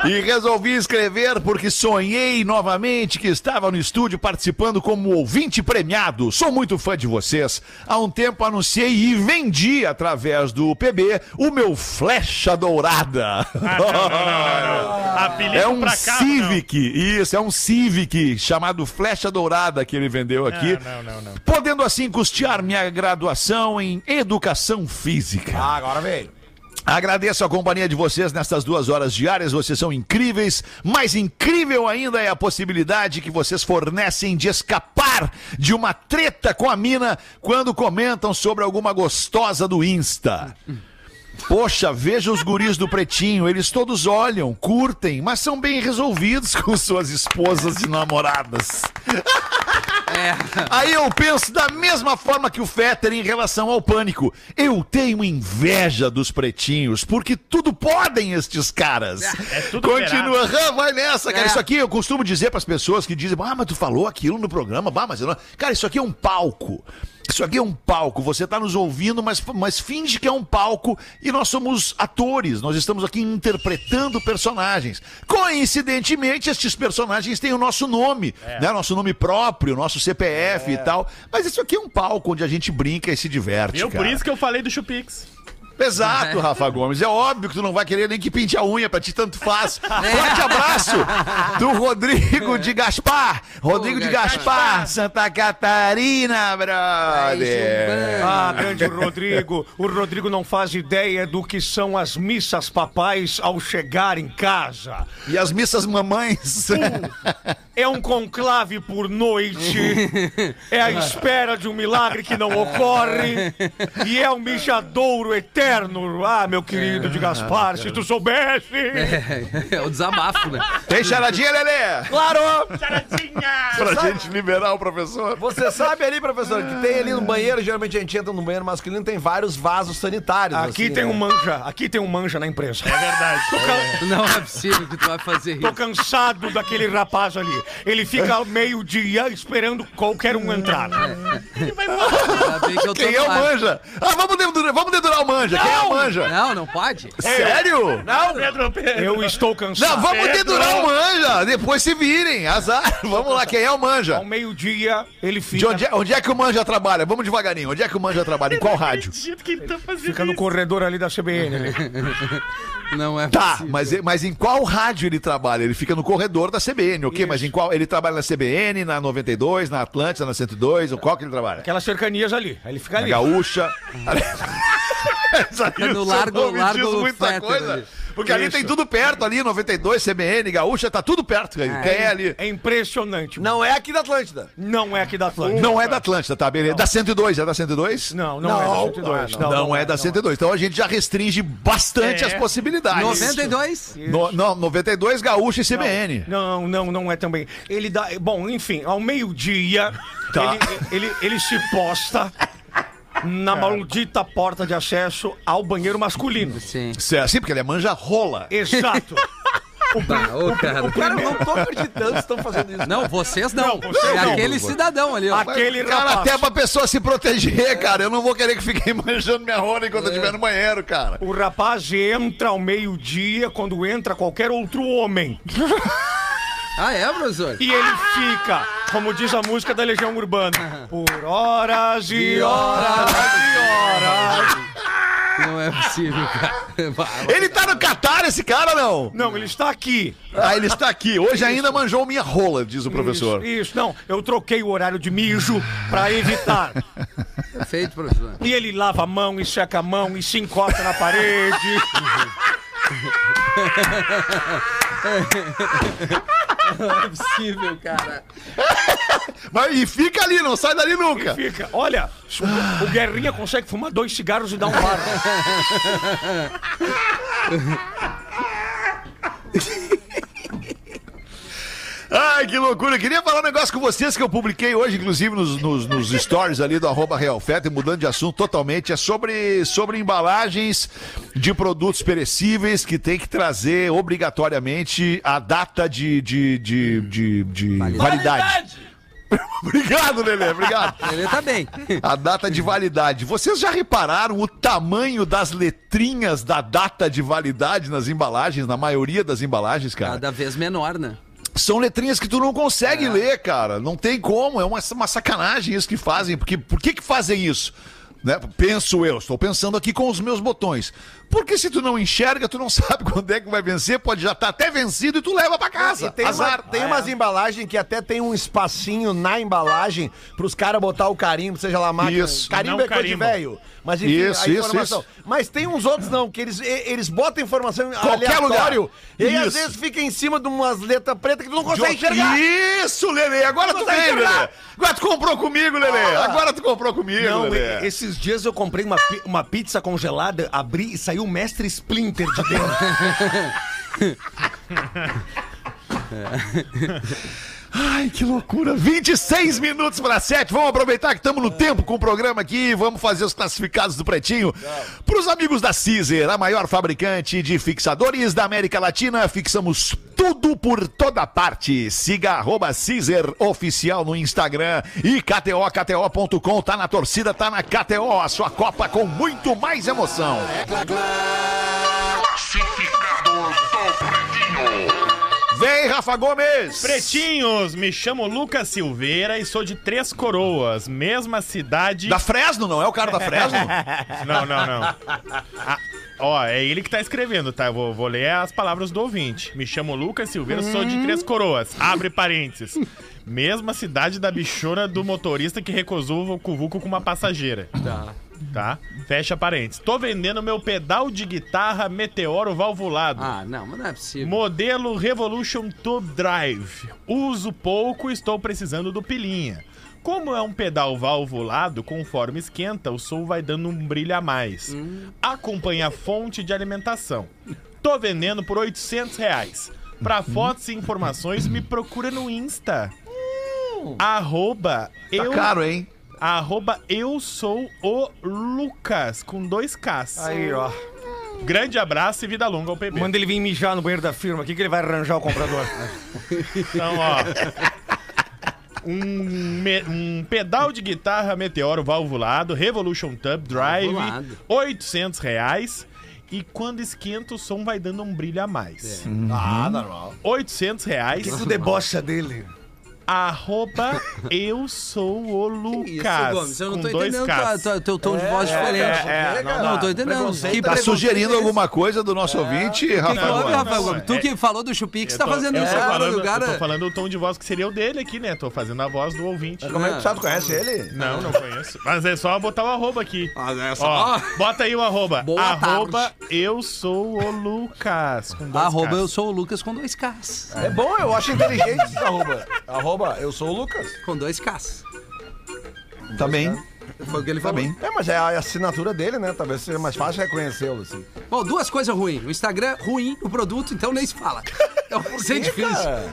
e resolvi escrever porque sonhei novamente que estava no estúdio participando como ouvinte premiado. Sou muito fã de vocês. Há um tempo anunciei e vendi através do PB o meu Flecha Dourada.
Ah.
Apelido
É um
pra cá,
Civic, isso, é um Civic chamado Flecha Dourada que ele vendeu aqui.
Não, não, não, não.
Podendo assim custear minha graduação em Educação Física.
Ah, agora veio.
Agradeço a companhia de vocês nestas duas horas diárias, vocês são incríveis, mas incrível ainda é a possibilidade que vocês fornecem de escapar de uma treta com a mina quando comentam sobre alguma gostosa do Insta. Poxa, veja os guris do pretinho, eles todos olham, curtem, mas são bem resolvidos com suas esposas e namoradas. Aí eu penso da mesma forma que o Fetter em relação ao pânico. Eu tenho inveja dos pretinhos, porque tudo podem estes caras.
É tudo
Continua, Hã, vai nessa, cara.
É.
Isso aqui eu costumo dizer para as pessoas que dizem: "Ah, mas tu falou aquilo no programa, bah, mas eu não... cara, isso aqui é um palco. Isso aqui é um palco, você tá nos ouvindo, mas, mas finge que é um palco e nós somos atores, nós estamos aqui interpretando personagens. Coincidentemente, estes personagens têm o nosso nome,
É.
né? Nosso nome próprio, nosso CPF e tal. Mas isso aqui é um palco onde a gente brinca e se diverte.
Viu? Por
cara.
isso que eu falei do Chupix.
Exato, Rafa Gomes. É óbvio que tu não vai querer nem que pinte a unha pra ti, tanto faz. Forte abraço do Rodrigo de Gaspar. Rodrigo de Gaspar, Santa Catarina, brother.
É.
Ah, grande Rodrigo. O Rodrigo não faz ideia do que são as missas papais ao chegar em casa.
E as missas mamães.
É um conclave por noite. É a espera de um milagre que não ocorre. E é um mijadouro eterno. inferno. Ah, meu querido de Gaspar, se tu soubesse.
É, é o desabafo, né?
Tem charadinha, Lelê?
Claro!
Pra gente liberar o professor.
Você sabe ali, professor, que tem ali no banheiro, geralmente a gente entra no banheiro masculino, tem vários vasos sanitários.
Aqui
assim,
é.
tem
né?
um manja, aqui tem um manja na empresa. É verdade. Tô, ca-
Não é possível que tu vai fazer
tô
isso.
cansado daquele rapaz ali. Ele fica ao meio-dia esperando qualquer um entrar.
Ainda bem que eu tô
Quem é
no
o
ar.
manja? Ah, vamos dedurar, vamos dedurar o manja. Quem é o manja?
Não, não pode.
Sério?
Não, Pedro Pedro.
Eu estou cansado.
Não, vamos dedurar o manja. Depois se virem. Azar. Vamos lá, quem é o manja?
Ao meio-dia ele
De
fica,
onde, é, onde é que o manja trabalha? Vamos devagarinho. Onde é que o manja trabalha? Em qual rádio?
Acredito que tá fazendo
fica no
isso.
corredor ali da CBN. ali.
Não é
Tá,
possível.
mas, mas em qual rádio ele trabalha? Ele fica no corredor da CBN, ok? Mas em qual? Ele trabalha na CBN, na 92, na Atlântida, na 102, ou qual que ele trabalha?
Aquelas cercanias ali. Aí Ele fica
Na
ali.
Gaúcha.
É no Largo-
Isso me
Largo
diz muita
Fetter
coisa.
ali.
Porque ali tem tudo perto, ali, 92, CBN, Gaúcha, tá tudo perto. Aí. Quem é ali?
É impressionante.
Não é aqui da Atlântida.
Não é aqui da Atlântica.
Não é da Atlântida, tá? Beleza. Da 102, é da 102?
Não, não, é da 102.
Não, é da 102. Então a gente já restringe bastante
É.
as possibilidades.
92?
No- não, 92, Gaúcha e CBN.
Não, não, não é também. Ele dá. Bom, enfim, ao meio-dia,
Tá. É.
ele, ele, ele se posta na maldita porta de acesso ao banheiro masculino.
Sim.
Certo, Sim, porque ele é manja rola.
Exato.
Tá, ô, cara.
Cara, eu não tô acreditando que estão fazendo isso.
Não, vocês não.
Não,
é
vocês não.
aquele cidadão ali, ó.
Aquele
Cara,
rapaz.
até pra pessoa se proteger, cara. Eu não vou querer que fiquem manjando minha rola enquanto eu estiver no banheiro, cara.
O rapaz entra ao meio-dia quando entra qualquer outro homem.
Ah, é, professor?
E ele fica, como diz a música da Legião Urbana, por horas e
E
horas.
Não é possível, cara. Vai, vai.
Ele tá no Catar, esse cara, não?
Não, ele está aqui.
Ah, ele está aqui. Hoje ainda manjou minha rola, diz o professor.
Isso, isso, não. Eu troquei o horário de mijo pra evitar.
Perfeito, É professor.
E ele lava a mão e seca a mão e se encosta na parede.
Não é possível, cara.
Mas, e fica ali, não sai dali nunca.
Fica. Olha, o Guerrinha consegue fumar dois cigarros e dar um par.
Ai, que loucura. Eu Queria falar um negócio com vocês que eu publiquei hoje, inclusive, nos, nos- nos stories ali do arroba RealFeta, e mudando de assunto totalmente. É sobre, sobre embalagens de produtos perecíveis que tem que trazer obrigatoriamente a data de, de, de, de- de validade. Obrigado, Lelê, obrigado.
Ele tá bem.
A data de validade. Vocês já repararam o tamanho das letrinhas da data de validade nas embalagens, na maioria das embalagens, cara?
Cada vez menor, né?
São letrinhas que tu não consegue
É.
ler, cara. Não tem como. É uma, uma sacanagem isso que fazem. Porque, por que, que fazem isso? Né? Penso eu, estou pensando aqui com os meus botões. Porque se tu não enxerga, tu não sabe quando é que vai vencer, pode já estar até vencido e tu leva pra
E
casa.
tem, uma- tem umas embalagens que até tem um espacinho na embalagem pros caras botar o carimbo, seja lá a máquina.
Isso.
Carimbo
Não
é coisa de
carimbo.
velho. Mas enfim,
Isso,
a
isso,
informação. Mas tem uns outros não, que eles, e- eles botam informação em
Qualquer
aleatório.
lugar.
E aí, às
Isso.
vezes fica em cima de umas letras pretas que tu não consegue enxergar.
Isso, Lelê. Agora
Não
tu
consegue
vem, Lelê.
enxergar.
Agora tu comprou comigo, Lelê.
Ah.
Agora tu comprou comigo,
Não,
Lelê.
né?
e- esses dias eu comprei uma, pi- uma pizza congelada, abri e saiu o mestre Splinter de dentro.
Ai, que loucura. 26 minutos para 7. Vamos aproveitar que estamos no tempo com o programa aqui. Vamos fazer os classificados do Pretinho. Para os amigos da Caesar, a maior fabricante de fixadores da América Latina, fixamos tudo por toda parte. Siga arroba Caesar Oficial no Instagram e KTO, KTO.com. Tá na torcida, tá na KTO. A sua Copa com muito mais emoção. Vem, Rafa Gomes.
Pretinhos, me chamo Lucas Silveira e sou de Três Coroas, mesma cidade.
Da Fresno, não é o cara da Fresno?
Não, não, não. Ah, ó, é ele que tá escrevendo, tá? Eu vou, vou ler as palavras do ouvinte. Me chamo Lucas Silveira, sou de Três Coroas. Abre parênteses. Mesma cidade da bichona do motorista que recusou o Vucu com uma passageira. Tá. Tá? Fecha parênteses. Tô vendendo meu pedal de guitarra Meteoro Valvulado.
Ah, não, mas não é possível.
Modelo Revolution Tube Drive. Uso pouco e estou precisando do pilinha. Como é um pedal valvulado, conforme esquenta, o sol vai dando um brilho a mais.
Hum.
Acompanha a fonte de alimentação. Tô vendendo por 800 reais. Pra
Uhum.
fotos e informações, me procura no Insta. Arroba
Hum. Tá
eu,
caro, hein?
arroba eu sou o Lucas, com dois Ks.
Aí, ó.
Grande abraço e vida longa ao PB.
Manda ele vir mijar no banheiro da firma aqui que ele vai arranjar o comprador.
Então, ó. Um, me- um pedal de guitarra Meteoro valvulado, Revolution Tub Drive,
Valvulado.
800 reais. E quando esquenta, o som vai dando um brilho a mais.
É. Uhum.
Ah, normal.
800 reais.
Tu debocha dele.
Arroba eu sou o Lucas.
Gomes, eu não
com
tô
dois
entendendo
Ks.
tua, tua- teu tom de voz diferente.
é, é,
não, não, tô entendendo. Que
Tá
preconceito
sugerindo
é esse?
alguma coisa do nosso ouvinte,
O que que
Rafael?
houve,
Gomes?
Gomes?
Rafael
Não,
Gomes? Tu
é-
que falou do Chupix,
Eu
tá
tô-
fazendo
eu
isso
tô
agora
falando-
do cara.
Eu tô falando o tom de voz que seria o dele aqui, né? Tô fazendo a voz do ouvinte.
Como é que tu sabe? Tu conhece ele?
Não, não conheço. Mas é só botar o arroba aqui.
Ah, é só-
Ó,
Ah.
bota aí o arroba.
Boa
arroba eu sou o Lucas. Com dois
Arroba
Ks.
eu sou o Lucas com dois Ks.
É bom, eu acho inteligente esse arroba. Arroba, eu sou o Lucas.
Com dois Ks.
Tá bem.
Foi o que ele
Tá
falou.
bem.
É, mas é a assinatura dele, né? Talvez seja mais fácil reconhecê-lo, assim.
Bom, duas coisas ruins. O Instagram, ruim. O produto, então nem se fala. Então, vai ser difícil.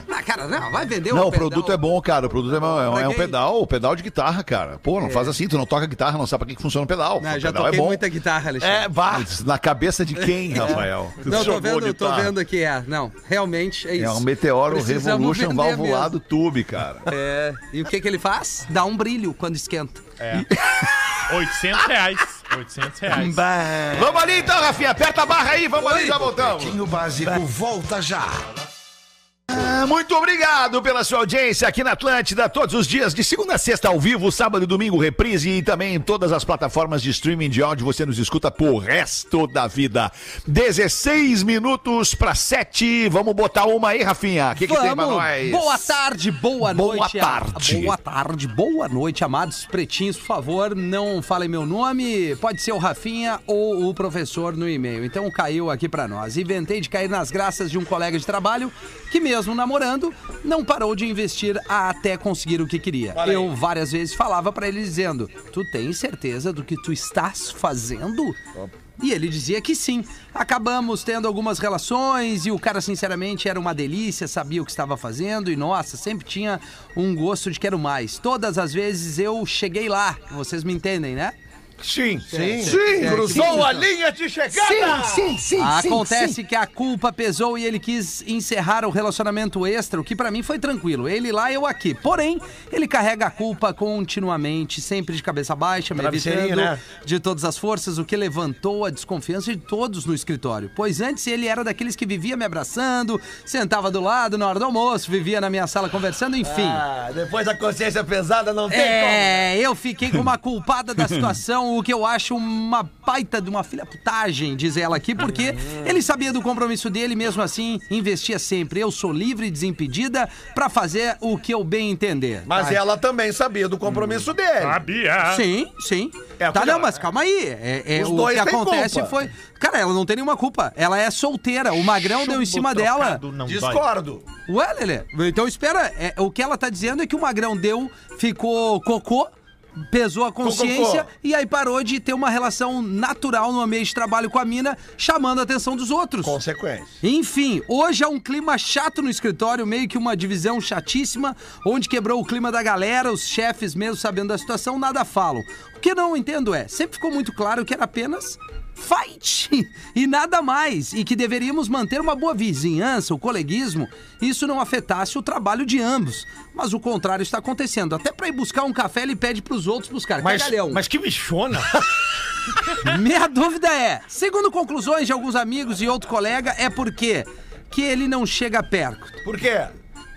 Ah, cara, não, vai vender
Não,
um
o produto
pedal.
é bom, cara. O produto é, bom. É um-
Pra
é um
quem-
pedal, pedal de guitarra, cara. Pô, não faz assim, tu não toca guitarra, não sabe pra que, que funciona o pedal.
Não,
o
eu Né, já
pedal
toquei
é bom.
muita guitarra, Alexandre.
É, vá. É. Mas Na cabeça de quem, Rafael? Tu
Não, tô
jogou
vendo, tô
guitarra.
vendo aqui, é. Não, realmente é isso.
tá. É um meteoro
Precisamos
Revolution
vender
valvulado tube, cara.
mesmo. É. E o que que ele faz? Dá um brilho quando esquenta.
800 reais. 800 reais.
Vamos ali então, Rafinha. Aperta a barra aí, vamos ali, já voltamos.
Pretinho Básico volta já.
Ah, Muito obrigado pela sua audiência aqui na Atlântida, todos os dias, de segunda a sexta ao vivo, sábado e domingo, reprise e também em todas as plataformas de streaming de áudio. Você nos escuta pro resto da vida. 16 minutos para 7. Vamos botar uma aí, Rafinha. O que, que tem pra nós?
Boa tarde, boa
Boa
noite. a-
tarde.
Boa tarde, boa noite, amados pretinhos. Por favor, não falem meu nome. Pode ser o Rafinha ou o professor no e-mail. Então caiu aqui pra nós. Inventei de cair nas graças de um colega de trabalho que, mesmo namorando, não parou de investir até conseguir o que queria. Eu várias vezes falava pra ele dizendo: Tu tens certeza do que tu estás fazendo? E ele dizia que sim. Acabamos tendo algumas relações e o cara, sinceramente, era uma delícia, sabia o que estava fazendo e, nossa, sempre tinha um gosto de quero mais. Todas as vezes eu cheguei lá, vocês me entendem, né?
Sim.
Sim,
Cruzou a linha de chegada.
sim, sim.
Acontece que a culpa pesou e ele quis encerrar o relacionamento extra, o que pra mim foi tranquilo. Ele lá, eu aqui. Porém, ele carrega a culpa continuamente, sempre de cabeça baixa, me evitando
Travesseirinho, né?
de todas as forças, o que levantou a desconfiança de todos no escritório. Pois antes ele era daqueles que vivia me abraçando, sentava do lado na hora do almoço, vivia na minha sala conversando, enfim.
Ah, depois da consciência pesada não tem
É, eu fiquei com uma culpada da situação, o que eu acho uma baita de uma filha putagem, diz ela aqui, porque ele sabia do compromisso dele, mesmo assim, investia sempre. Eu sou livre e desimpedida pra fazer o que eu bem entender. Tá?
Mas é ela também sabia do compromisso dele.
Hum, Sabia.
Sim, sim.
É,
tá,
cuidado.
não, mas calma aí. É, é,
Os
o
dois
que
têm
acontece
culpa.
foi. Cara, ela não tem nenhuma culpa. Ela é solteira. O magrão deu em cima dela.
né?
Não dói.
Discordo.
Ué, Lelê, então espera. é, o que ela tá dizendo é que o Magrão deu, ficou cocô, pesou a consciência
cocô.
e aí parou de ter uma relação natural no ambiente de trabalho com a mina, chamando a atenção dos outros.
Consequência.
Enfim, hoje é um clima chato no escritório, meio que uma divisão chatíssima, onde quebrou o clima da galera, os chefes mesmo sabendo da situação, nada falam. O que eu não entendo é, sempre ficou muito claro que era apenas fight e nada mais, e que deveríamos manter uma boa vizinhança, o coleguismo, e isso não afetasse o trabalho de ambos. Mas o contrário está acontecendo. Até pra ir buscar um café, ele pede pros outros buscar.
Mas,
Cagalhão.
mas que bichona.
Minha dúvida é, segundo conclusões de alguns amigos e outro colega, é por quê? Que ele não chega perto.
Por quê?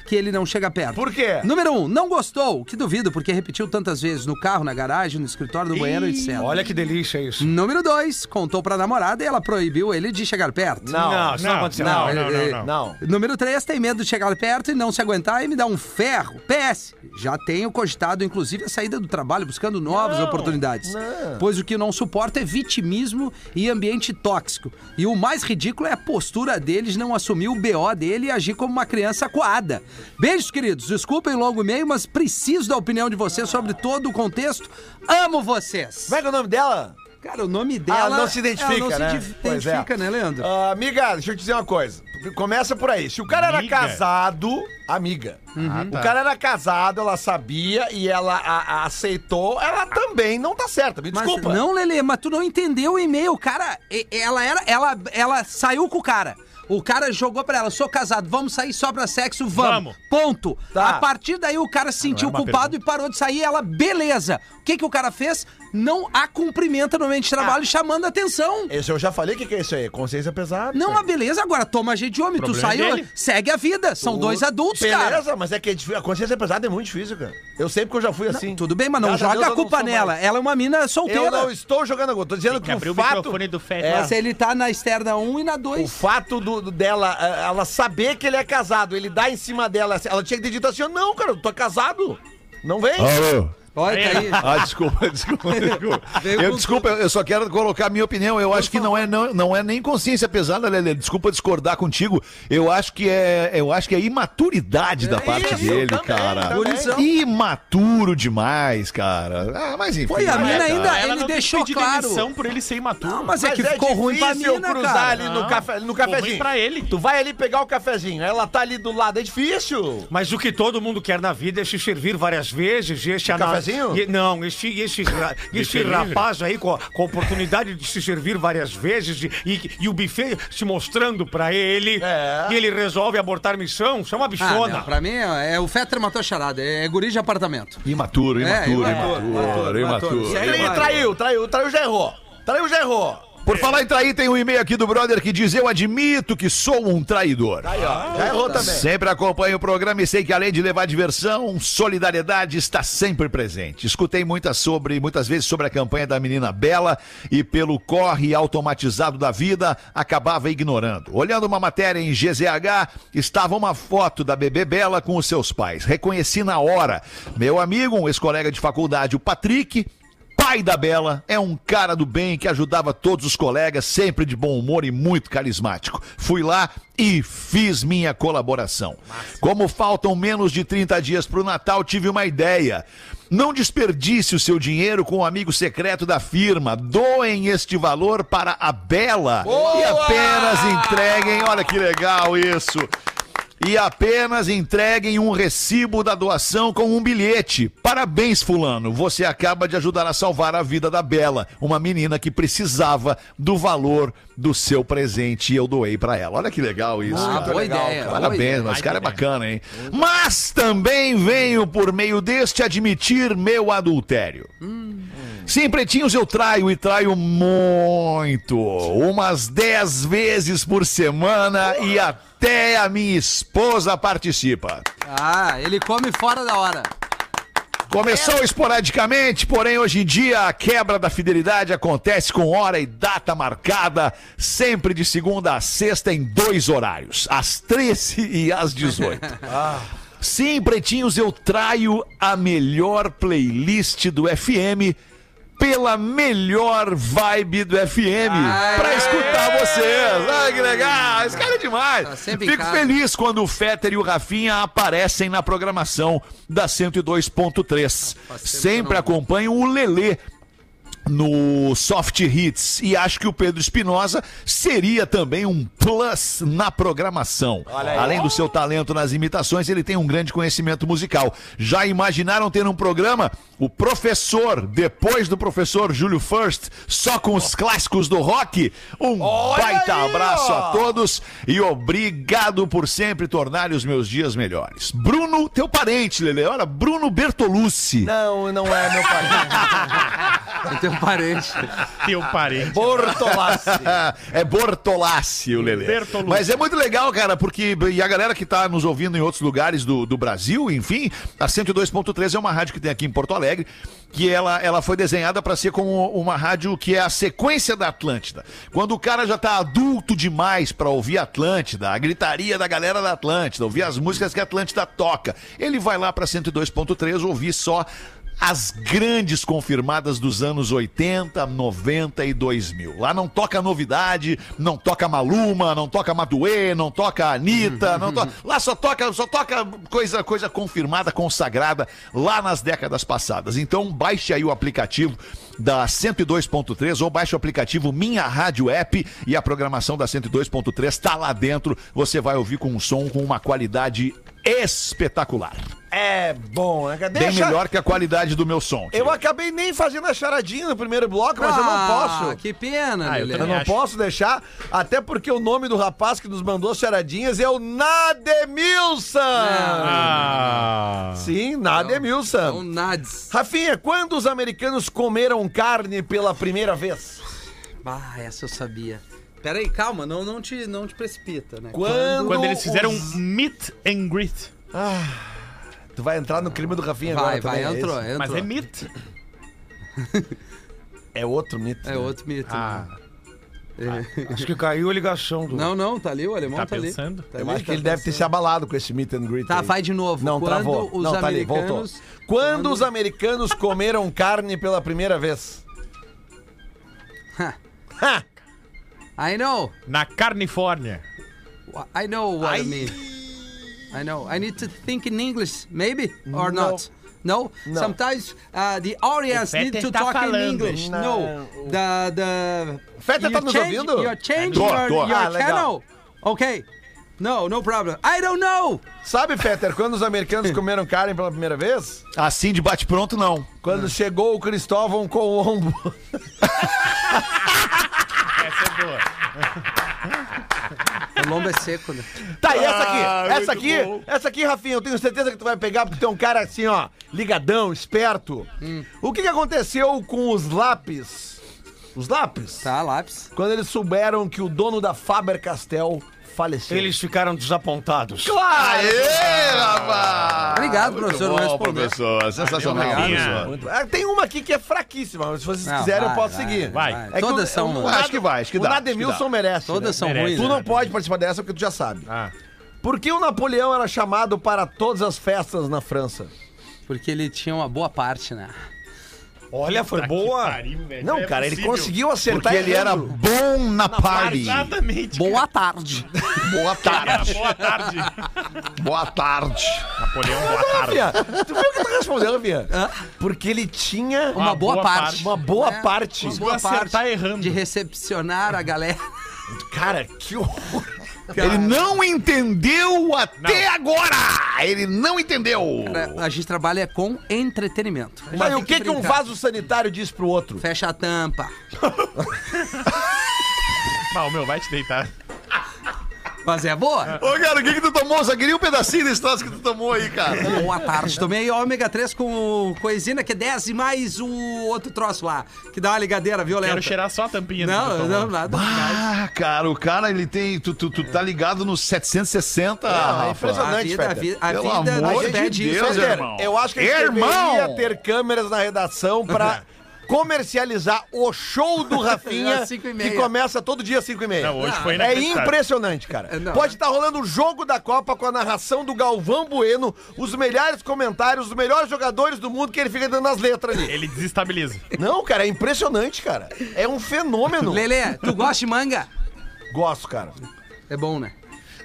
Que ele não chega perto.
Por quê?
Número um, não gostou, que duvido, porque repetiu tantas vezes no carro, na garagem, no escritório, no banheiro, etc.
Olha que delícia isso.
Número dois, contou pra namorada e ela proibiu ele de chegar perto.
Não, isso não, aconteceu.
Não,
Não,
não,
é-
não, não.
Não.
Número 3, tem medo de chegar perto e não se aguentar e me dar um ferro. PS, já tenho cogitado, inclusive, a saída do trabalho, buscando novas oportunidades. Pois o que não suporto é vitimismo e ambiente tóxico. E o mais ridículo é a postura dele de não assumir o BO dele e agir como uma criança coada. Beijos, queridos. Desculpem o longo e-mail, mas preciso da opinião de vocês sobre todo o contexto. Amo vocês.
Como é que é o nome dela?
Cara, o nome dela.
ah, não se identifica,
ela não
né?
se ident-
Pois é.
identifica, né, Leandro?
Ah, amiga, deixa eu te dizer uma coisa. Começa por aí. Se o cara era
Amiga?
casado, amiga. Ah, tá. O cara era casado, ela sabia e ela a- a- aceitou, ela também não tá certa. Me
Mas,
desculpa.
Não, Lelê, mas tu não entendeu o e-mail. O cara, e- ela era. Ela, ela saiu com o cara. O cara jogou pra ela, sou casado, vamos sair só pra sexo, vamos.
Vamos.
Ponto.
Tá. é
A partir daí o cara se sentiu
uma
culpado e parou de sair. Ela, beleza. O que, que o cara fez? Não a cumprimenta no ambiente de
Ah.
trabalho, chamando a atenção.
Esse eu já falei o que, que é isso aí. Consciência pesada.
Não, mas beleza, agora toma jeito de homem. Tu
Problema
saiu,
dele.
segue a vida. São dois adultos,
é Beleza,
cara.
mas é que é difí- a consciência pesada é muito difícil, cara. Eu sempre que eu já fui assim.
Tudo bem, mas não
Graças
joga
Deus
a
eu não
culpa
sou
nela.
mais.
Ela é uma mina
Eu
solteira.
não estou jogando a culpa. Tô dizendo que,
que abrir
o
o
é fato...
microfone do Fede.
É,
Mas ele tá na externa 1 e na 2.
O fato do, do- dela, eh, ela saber que ele é casado, ele dá em cima dela, assim, ela tinha que ter dito assim, não, cara, eu tô casado. Não vem.
Ah.
Alô?
Olha, tá aí.
Ah, desculpa, desculpa, desculpa.
Veio
Eu,
com
desculpa, eu só quero colocar a minha opinião. Eu acho que não é, não, não é nem consciência pesada, Lelê. Desculpa discordar contigo. Eu acho que é, eu acho que é imaturidade
É
da parte
isso,
dele,
também,
cara.
também.
Gurizão.
Imaturo demais, cara. Ah, mas enfim.
Foi a
né,
mina
cara?
ainda- ele
não tem que
deixou
pedir
claro.
demissão por ele ser imaturo.
Não, mas é que ficou ruim pra
difícil
mina,
cruzar
cara.
ali no,
Não,
café, no
ficou
cafezinho.
ruim pra ele.
Tu vai ali pegar o cafezinho, ela tá ali do lado, é difícil.
Mas o que todo mundo quer na vida é se servir várias vezes. e Este
Um
ana-
cafezinho?
e- não, este, este, ra- este
livre.
rapaz aí com a, com a oportunidade de se servir várias vezes e, e- e o buffet se mostrando pra ele.
É.
E ele resolve abortar missão. Isso é uma
Ah,
bichona.
não, pra mim é, é o Fetter matou a charada, é, é guri de apartamento.
Imaturo, imaturo,
É, imaturo,
imaturo, imaturo.
Isso aí
Traiu,
vai.
traiu, traiu, traiu, já errou. Traiu, já errou.
Por falar em trair, tem um e-mail aqui do brother que diz: Eu admito que sou um traidor. Ah,
Aí, ó, já errou também.
Sempre acompanho o programa e sei que além de levar diversão, solidariedade está sempre presente. Escutei muitas sobre, muitas vezes sobre a campanha da menina Bela e pelo corre automatizado da vida acabava ignorando. Olhando uma matéria em GZH, estava uma foto da bebê Bela com os seus pais. Reconheci na hora. Meu amigo, um ex-colega de faculdade, o Patrick, Pai da Bela é um cara do bem que ajudava todos os colegas, sempre de bom humor e muito carismático. Fui lá e fiz minha colaboração. Como faltam menos de 30 dias para o Natal, tive uma ideia. Não desperdice o seu dinheiro com o amigo secreto da firma. Doem este valor para a Bela e apenas entreguem. Olha que legal isso e apenas entreguem um recibo da doação com um bilhete. Parabéns, Fulano. Você acaba de ajudar a salvar a vida da Bela, uma menina que precisava do valor do seu presente e eu doei pra ela. Olha que legal isso.
Ah,
cara.
boa ideia. boa ideia.
Parabéns, mas o cara é bacana, hein? Mas também venho por meio deste admitir meu adultério. Sim, pretinhos, eu traio e traio muito. Umas 10 vezes por semana e até a minha esposa participa.
Ah, ele come fora da hora.
Começou esporadicamente, porém hoje em dia a quebra da fidelidade acontece com hora e data marcada, sempre de segunda a sexta em dois horários, às 13 e às 18. Sim, pretinhos, eu traio a melhor playlist do FM pela melhor vibe do FM
Ai,
pra escutar vocês. Ai, que legal! Esse cara é demais.
Tá sempre em
Fico
casa.
feliz feliz quando o Fetter e o Rafinha aparecem na programação da 102.3.
Ah,
Sempre acompanho o Lelê no Soft Hits e acho que o Pedro Espinosa seria também um plus na programação. Além do seu talento nas imitações, ele tem um grande conhecimento musical. Já imaginaram ter um programa? O professor, depois do professor Júlio First, só com os clássicos do rock? Um baita
aí,
abraço a
ó!
todos todos e obrigado por sempre tornar os meus dias melhores. Bruno, teu parente, Lele. Olha, Bruno Bertolucci.
Não, não é meu pai.
Eu tenho um parente.
Teu
É
parente.
Bortolassi.
é Bortolassi o Lelê.
Bertolucci.
Mas é muito legal, cara, porque e a galera que tá nos ouvindo em outros lugares do, do Brasil, enfim, a 102.3 é uma rádio que tem aqui em Porto Alegre, que ela, ela foi desenhada pra ser como uma rádio que é a sequência da Atlântida. Quando o cara já tá adulto demais pra ouvir Atlântida, a gritaria da galera da Atlântida, ouvir as músicas que a Atlântida toca, ele vai lá pra 102.3 ouvir só as grandes confirmadas dos anos 80, 90 e 2000. Lá não toca novidade, não toca Maluma, não toca Maduê, não toca Anitta, não
Uhum.
to... lá só toca, só toca coisa, coisa confirmada, consagrada lá nas décadas passadas. Então baixe aí o aplicativo da 102.3 ou baixe o aplicativo Minha Rádio App e a programação da 102.3 está tá lá dentro. Você vai ouvir com um som com uma qualidade espetacular.
É bom, né? cara?
Bem
Deixa-
melhor que a qualidade do meu som.
Eu acabei nem fazendo a charadinha no primeiro bloco, mas eu não posso.
Ah, Que pena,
Ah, eu
Lelê.
Eu
também
não
acho.
posso deixar, até porque o nome do rapaz que nos mandou charadinhas é o Nademilson.
Ah.
Sim,
É um
Nademilson.
Nades.
Rafinha, quando os americanos comeram carne pela primeira vez?
Ah, essa eu sabia. Peraí, calma, não, não, te, não te precipita, né?
Quando,
Quando eles fizeram
os-
um meet and greet.
Tu vai entrar no crime do Rafinha
Vai,
agora também,
vai,
é
entrou,
isso?
entrou.
Mas é meet.
É outro mito.
É
né?
outro mito.
Ah,
É.
Acho que caiu a ligação do.
Não, não, tá ali, o alemão
tá
tá, ali.
pensando?
Tá
Eu
ali,
acho que
tá
ele deve ter se
pensando.
abalado com esse meet and greet.
Tá,
aí.
vai de novo.
Não,
Quando
travou.
os
Não, tá ali, voltou.
americanos...
Quando, os americanos comeram carne pela primeira vez?
Ha.
Ha!
I know,
Na Carnifórnia.
I know what I mean. I know. I need to think in English, maybe, or
No.
not. No? Sometimes uh, the audience
O Peter
need to
tá
talk in
falando.
English. No. The, the...
Peter tá
you
nos
change-
ouvindo?
You change
Tô,
your,
tô.
your
Ah, legal.
channel. Ok. No, no problem. I don't know.
Sabe, Peter, quando os americanos comeram carne pela primeira vez?
Assim de bate-pronto, não.
Quando chegou o Cristóvão Colombo.
Essa é boa.
O lombo é seco, né?
Tá, e essa aqui?
Ah,
essa
muito
aqui?
bom.
Essa aqui, Rafinha, eu tenho certeza que tu vai pegar porque tu é um cara assim, ó, ligadão, esperto.
Hum.
O que, que aconteceu com os lápis? Os lápis?
Tá, lápis.
Quando eles souberam que o dono da Faber Castell faleceu.
Eles ficaram desapontados.
Aê, É, rapaz!
Obrigado, professor, não
Bom,
respondeu.
professor. Sensacional,
Obrigado.
professor.
Muito- Ah, Tem uma aqui que é fraquíssima, mas se vocês
Não,
quiserem
vai,
eu posso
vai,
seguir.
vai.
É que
Todas
o-
são-
o-
Acho
que vai, acho que
o
dá, acho que
Nademilson
dá.
merece.
Todas são
Merece.
ruins.
Tu
né?
não pode participar dessa porque tu já sabe.
Ah.
Por que o Napoleão era chamado para todas as festas na França?
Porque ele tinha uma boa parte, né?
Olha, foi boa.
Não, cara, ele conseguiu acertar.
Porque ele era
errando.
bom Tá na party.
Exatamente. Ah,
Boa tarde.
Boa tarde.
Boa tarde.
Boa tarde.
Napoleão, boa tarde.
Fia, tu viu o que tu respondeu, Bia? Porque ele tinha
Uma, boa,
boa
parte.
parte.
uma boa
É.
parte. tá
Uma boa
acertar
parte
errando.
De recepcionar a galera.
Cara, que horror.
Ele não entendeu até
Não.
agora. Ele não entendeu.
A gente trabalha com entretenimento. A gente
Mas
tem
o que, que um
brincar.
vaso sanitário diz pro outro?
Fecha a tampa.
Ah, o meu, vai te deitar.
Mas é boa.
Ô, cara, o que que tu tomou? Só queria um pedacinho desse troço que tu tomou aí, cara.
É.
Boa tarde. Tomei ômega 3 com coisina que é 10 e mais o outro troço lá. Que dá uma ligadeira violenta.
Quero cheirar só a tampinha. do que eu
Não,
então.
tomo.
não, nada.
Ah, cara, o cara, ele tem... Tu, tu, tu tá ligado nos 760,
É,
Rafa.
impressionante.
A vida, a
Peter.
vida, a
Pelo
vida
amor
nos
de
pede isso.
Deus,
né?
irmão.
Eu acho que a gente
Irmão!
deveria ter câmeras na redação pra comercializar o show do Rafinha
Às cinco e meia.
que começa todo dia às 5 e meia.
Não, hoje foi
É
inacreditável.
impressionante, cara.
É, não.
Pode estar rolando o jogo da Copa com a narração do Galvão Bueno, os melhores comentários, os melhores jogadores do mundo que ele fica dando as letras ali.
Ele desestabiliza.
Não, cara, é impressionante, cara. É um fenômeno.
Lelê, tu gosta de manga?
Gosto, cara.
É bom, né?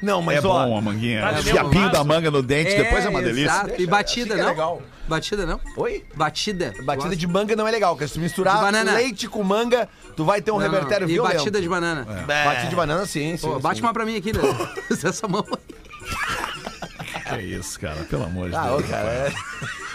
Não, mas
É
ó,
bom a manguinha.
Tá
o
de
fiapinho
novo,
da
vaso?
manga no dente, depois é uma delícia.
exato. E batida,
Assim que é
não?
legal.
Batida, não?
Oi?
Batida.
Batida
Gosta?
de manga não é legal, porque se tu
De
misturar
banana.
leite com manga, tu vai ter um
Não, não.
revertério
E
violento. É.
batida de banana.
Batida de banana, sim, sim.
Pô, bate
sim.
uma pra mim aqui, Lelê. Usa essa mão aí.
Que É isso, cara, pelo amor de
Ah,
Deus.
ô, cara, é-
é.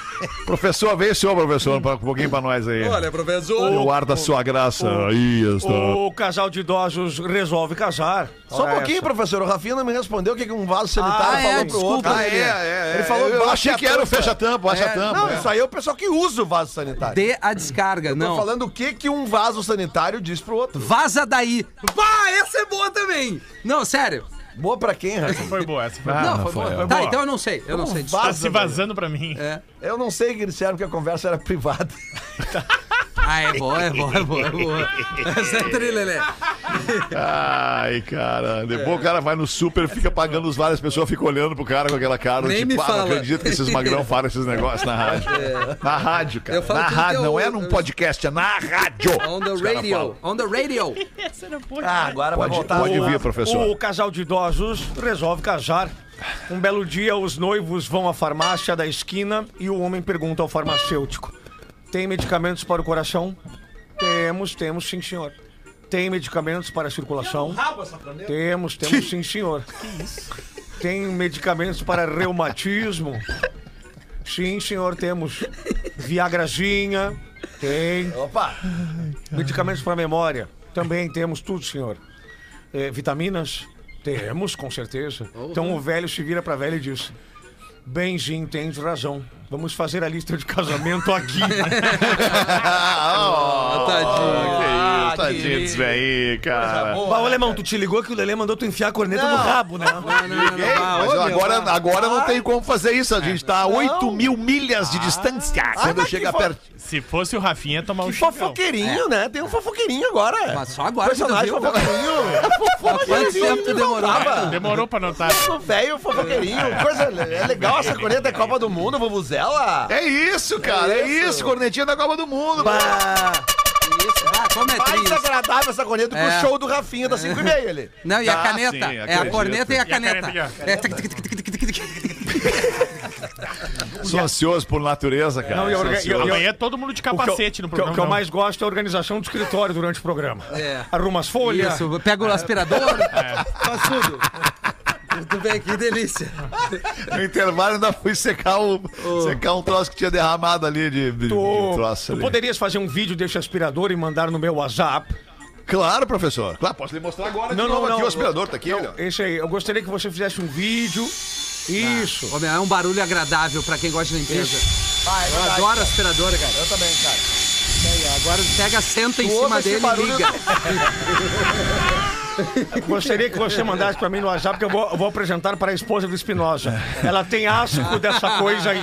Professor, vem senhor, professor, pra- um pouquinho pra nós aí.
professor.
Eu guardo a sua graça. Aí está.
O casal de idosos resolve casar.
Só um
Ora,
pouquinho,
essa.
professor. O Rafinha não me respondeu o que que um vaso sanitário
Ah, é,
falou pro
desculpa,
outro.
né?
é.
Ele falou,
eu
baixa
achei
a
que era o
tampa.
fecha-tampa, o
É,
acha-tampa.
Não, isso aí é o pessoal que usa o vaso sanitário.
Dê a descarga,
Tô
não.
falando o que que um vaso sanitário diz pro outro.
Vaza daí. Vá, essa é boa também. Não, sério.
Boa pra quem, Rafinha?
Foi boa essa. Foi
Ah,
boa.
não, foi
Rafael.
boa.
Foi
tá,
É boa.
então eu não sei. Eu não sei. desculpa.
Tá se vazando pra mim.
É.
Eu não sei que eles disseram que a conversa era privada.
Ah, é boa, é boa, é boa, é boa. Essa é trilha, né?
Ai, cara.
É.
Depois o cara vai no super, fica pagando os vários, as pessoas ficam olhando pro cara com aquela cara.
Nem
tipo,
me
"Ah,
fala." É.
não acredito que esses magrão falam esses negócios na rádio. Na rádio, cara.
Eu falo
na
que
rádio,
eu-
não é num
eu-
podcast, é na rádio.
On the
Os caras falam.
radio, on the radio.
Essa era boa.
Ah, agora vai
Pode,
voltar.
pode
o-
vir, professor.
Tá O casal de idosos resolve casar. Um belo dia, os noivos vão à farmácia da esquina e o homem pergunta ao farmacêutico: Tem medicamentos para o coração? Temos, temos, sim, senhor. Tem medicamentos para a circulação? Temos, temos, sim, senhor. Tem medicamentos para reumatismo? Sim, senhor, temos. Viagrazinha? Tem.
Opa!
Medicamentos para memória? Também temos tudo, senhor. É, vitaminas? Temos, com certeza. Então o velho se vira pra velha e diz: Benzinho, tens razão. Vamos fazer a lista de casamento aqui.
né?
Ah,
tá Tadinho.
que isso, tadinho disso aí, cara.
Bah, ô, alemão, tu te ligou que o Lelê mandou tu enfiar a corneta no rabo, né?
Não, não, não, não,
Ei,
ah,
mas
ô,
eu
meu,
agora, agora não tem como fazer isso. A gente tá a 8 mil milhas de distância. Quando chega perto.
Se fosse o Rafinha, tomar um
Que
chifrão.
fofoqueirinho, né? Tem um fofoqueirinho agora.
Mas só agora que tu
Personagem
viu. né?
fofoqueirinho.
Quanto tempo tu demorou?
Demorou pra notar.
O velho fofoqueirinho. Coisa, é legal essa corneta, é Copa do Mundo, Vuvuzela.
É isso, cara. É isso, cornetinha da Copa do Mundo.
Isso, ah, como é
Mais
triste.
agradável essa corneta que
É.
o show do Rafinha das 5 e meia ali.
Não, e a
Ah,
caneta?
sim,
é a
acredito.
corneta e a caneta.
caneta aqui,
É, tic, tic, tic, tic, tic, tic, tic.
Sou ansioso por natureza, cara.
Não, e
Sou
orga-
ansioso.
e-
Amanhã é todo mundo de
O que eu-
capacete no
que eu-
programa.
que eu
não.
mais gosto é a organização do escritório durante o programa.
É.
Arruma as folhas.
Isso, pega o aspirador, faz tudo. Muito bem, que delícia.
No intervalo ainda fui secar, o, secar um troço que tinha derramado ali de, de, de
Tu,
troço
tu
ali.
poderias fazer um vídeo desse aspirador e mandar no meu WhatsApp.
Claro, professor. Claro, posso lhe mostrar agora.
Não,
de
não,
novo
não.
Aqui, o aspirador tá aqui, olha.
Esse aí, eu gostaria que você fizesse um vídeo. Isso.
Ô, meu, é um barulho agradável pra quem gosta de limpeza. Eu adoro aspirador, Ah, é cara. Eu também, cara. Agora pega, senta em cima
esse
dele e
barulho-
liga.
Gostaria que você mandasse pra mim no WhatsApp que eu vou, eu vou apresentar para a esposa do Espinosa.
É.
Ela tem asco dessa coisa aí.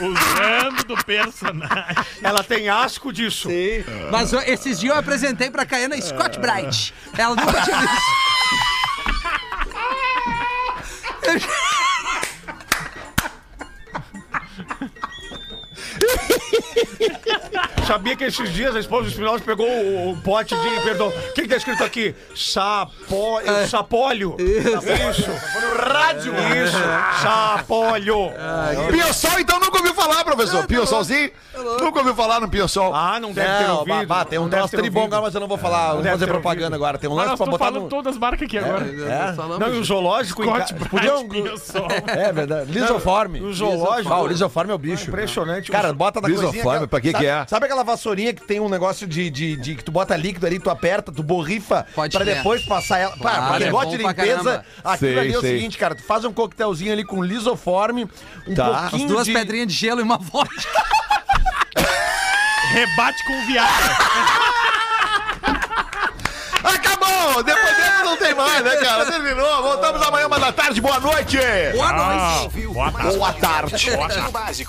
Usando do personagem.
Ela tem asco disso.
Mas ó, esses dias eu apresentei pra Caiana Scott Bright. Ela nunca tinha visto.
Sabia que esses dias a esposa do Espinosa pegou o, o pote de. Perdão. O que, que tá escrito aqui? Sapo,
É.
sapólio. Isso. Rádio. Isso. Sapólio.
Piosol, então, nunca ouviu falar, professor. Piosolzinho? Nunca ouviu falar no Piosol.
Ah, não deve ter
Não,
ouvido.
bah, tem um
Não deve
troço
ter
tribom
ouvido.
agora, mas eu não vou falar. Vou
deve
fazer
ter
propaganda
ouvido.
agora. Tem um
Mas
lance
nós
pra
estamos
botar
falando
no...
todas as marcas aqui agora.
Nós falamos.
Não, e o zoológico. em
Corte,
ca-
Podiam-
bate, piosol.
É verdade. Lisoforme.
O zoológico.
Ah, o lisoforme é o bicho.
Impressionante.
Cara, bota na
Lisoforme,
coisinha,
pra que
sabe,
que é?
Sabe aquela vassourinha que tem um negócio de, de, de- que tu bota líquido ali, tu aperta, tu borrifa
Pode
pra
crer.
depois passar ela. Pá,
Claro,
pra quem
é
gosta
bom
de
pra
limpeza,
caramba.
aquilo
Sei,
ali é o
sei.
seguinte, cara, tu faz um coquetelzinho ali com lisoforme, um
Tá.
pouquinho
As duas
de...
pedrinhas de gelo e uma vodka.
Rebate com viado.
Acabou! Depois dessa não tem mais, né, cara? Terminou. Voltamos amanhã, uma da tarde. Boa noite.
Boa noite.
Boa tarde.
Boa tarde.
Básico.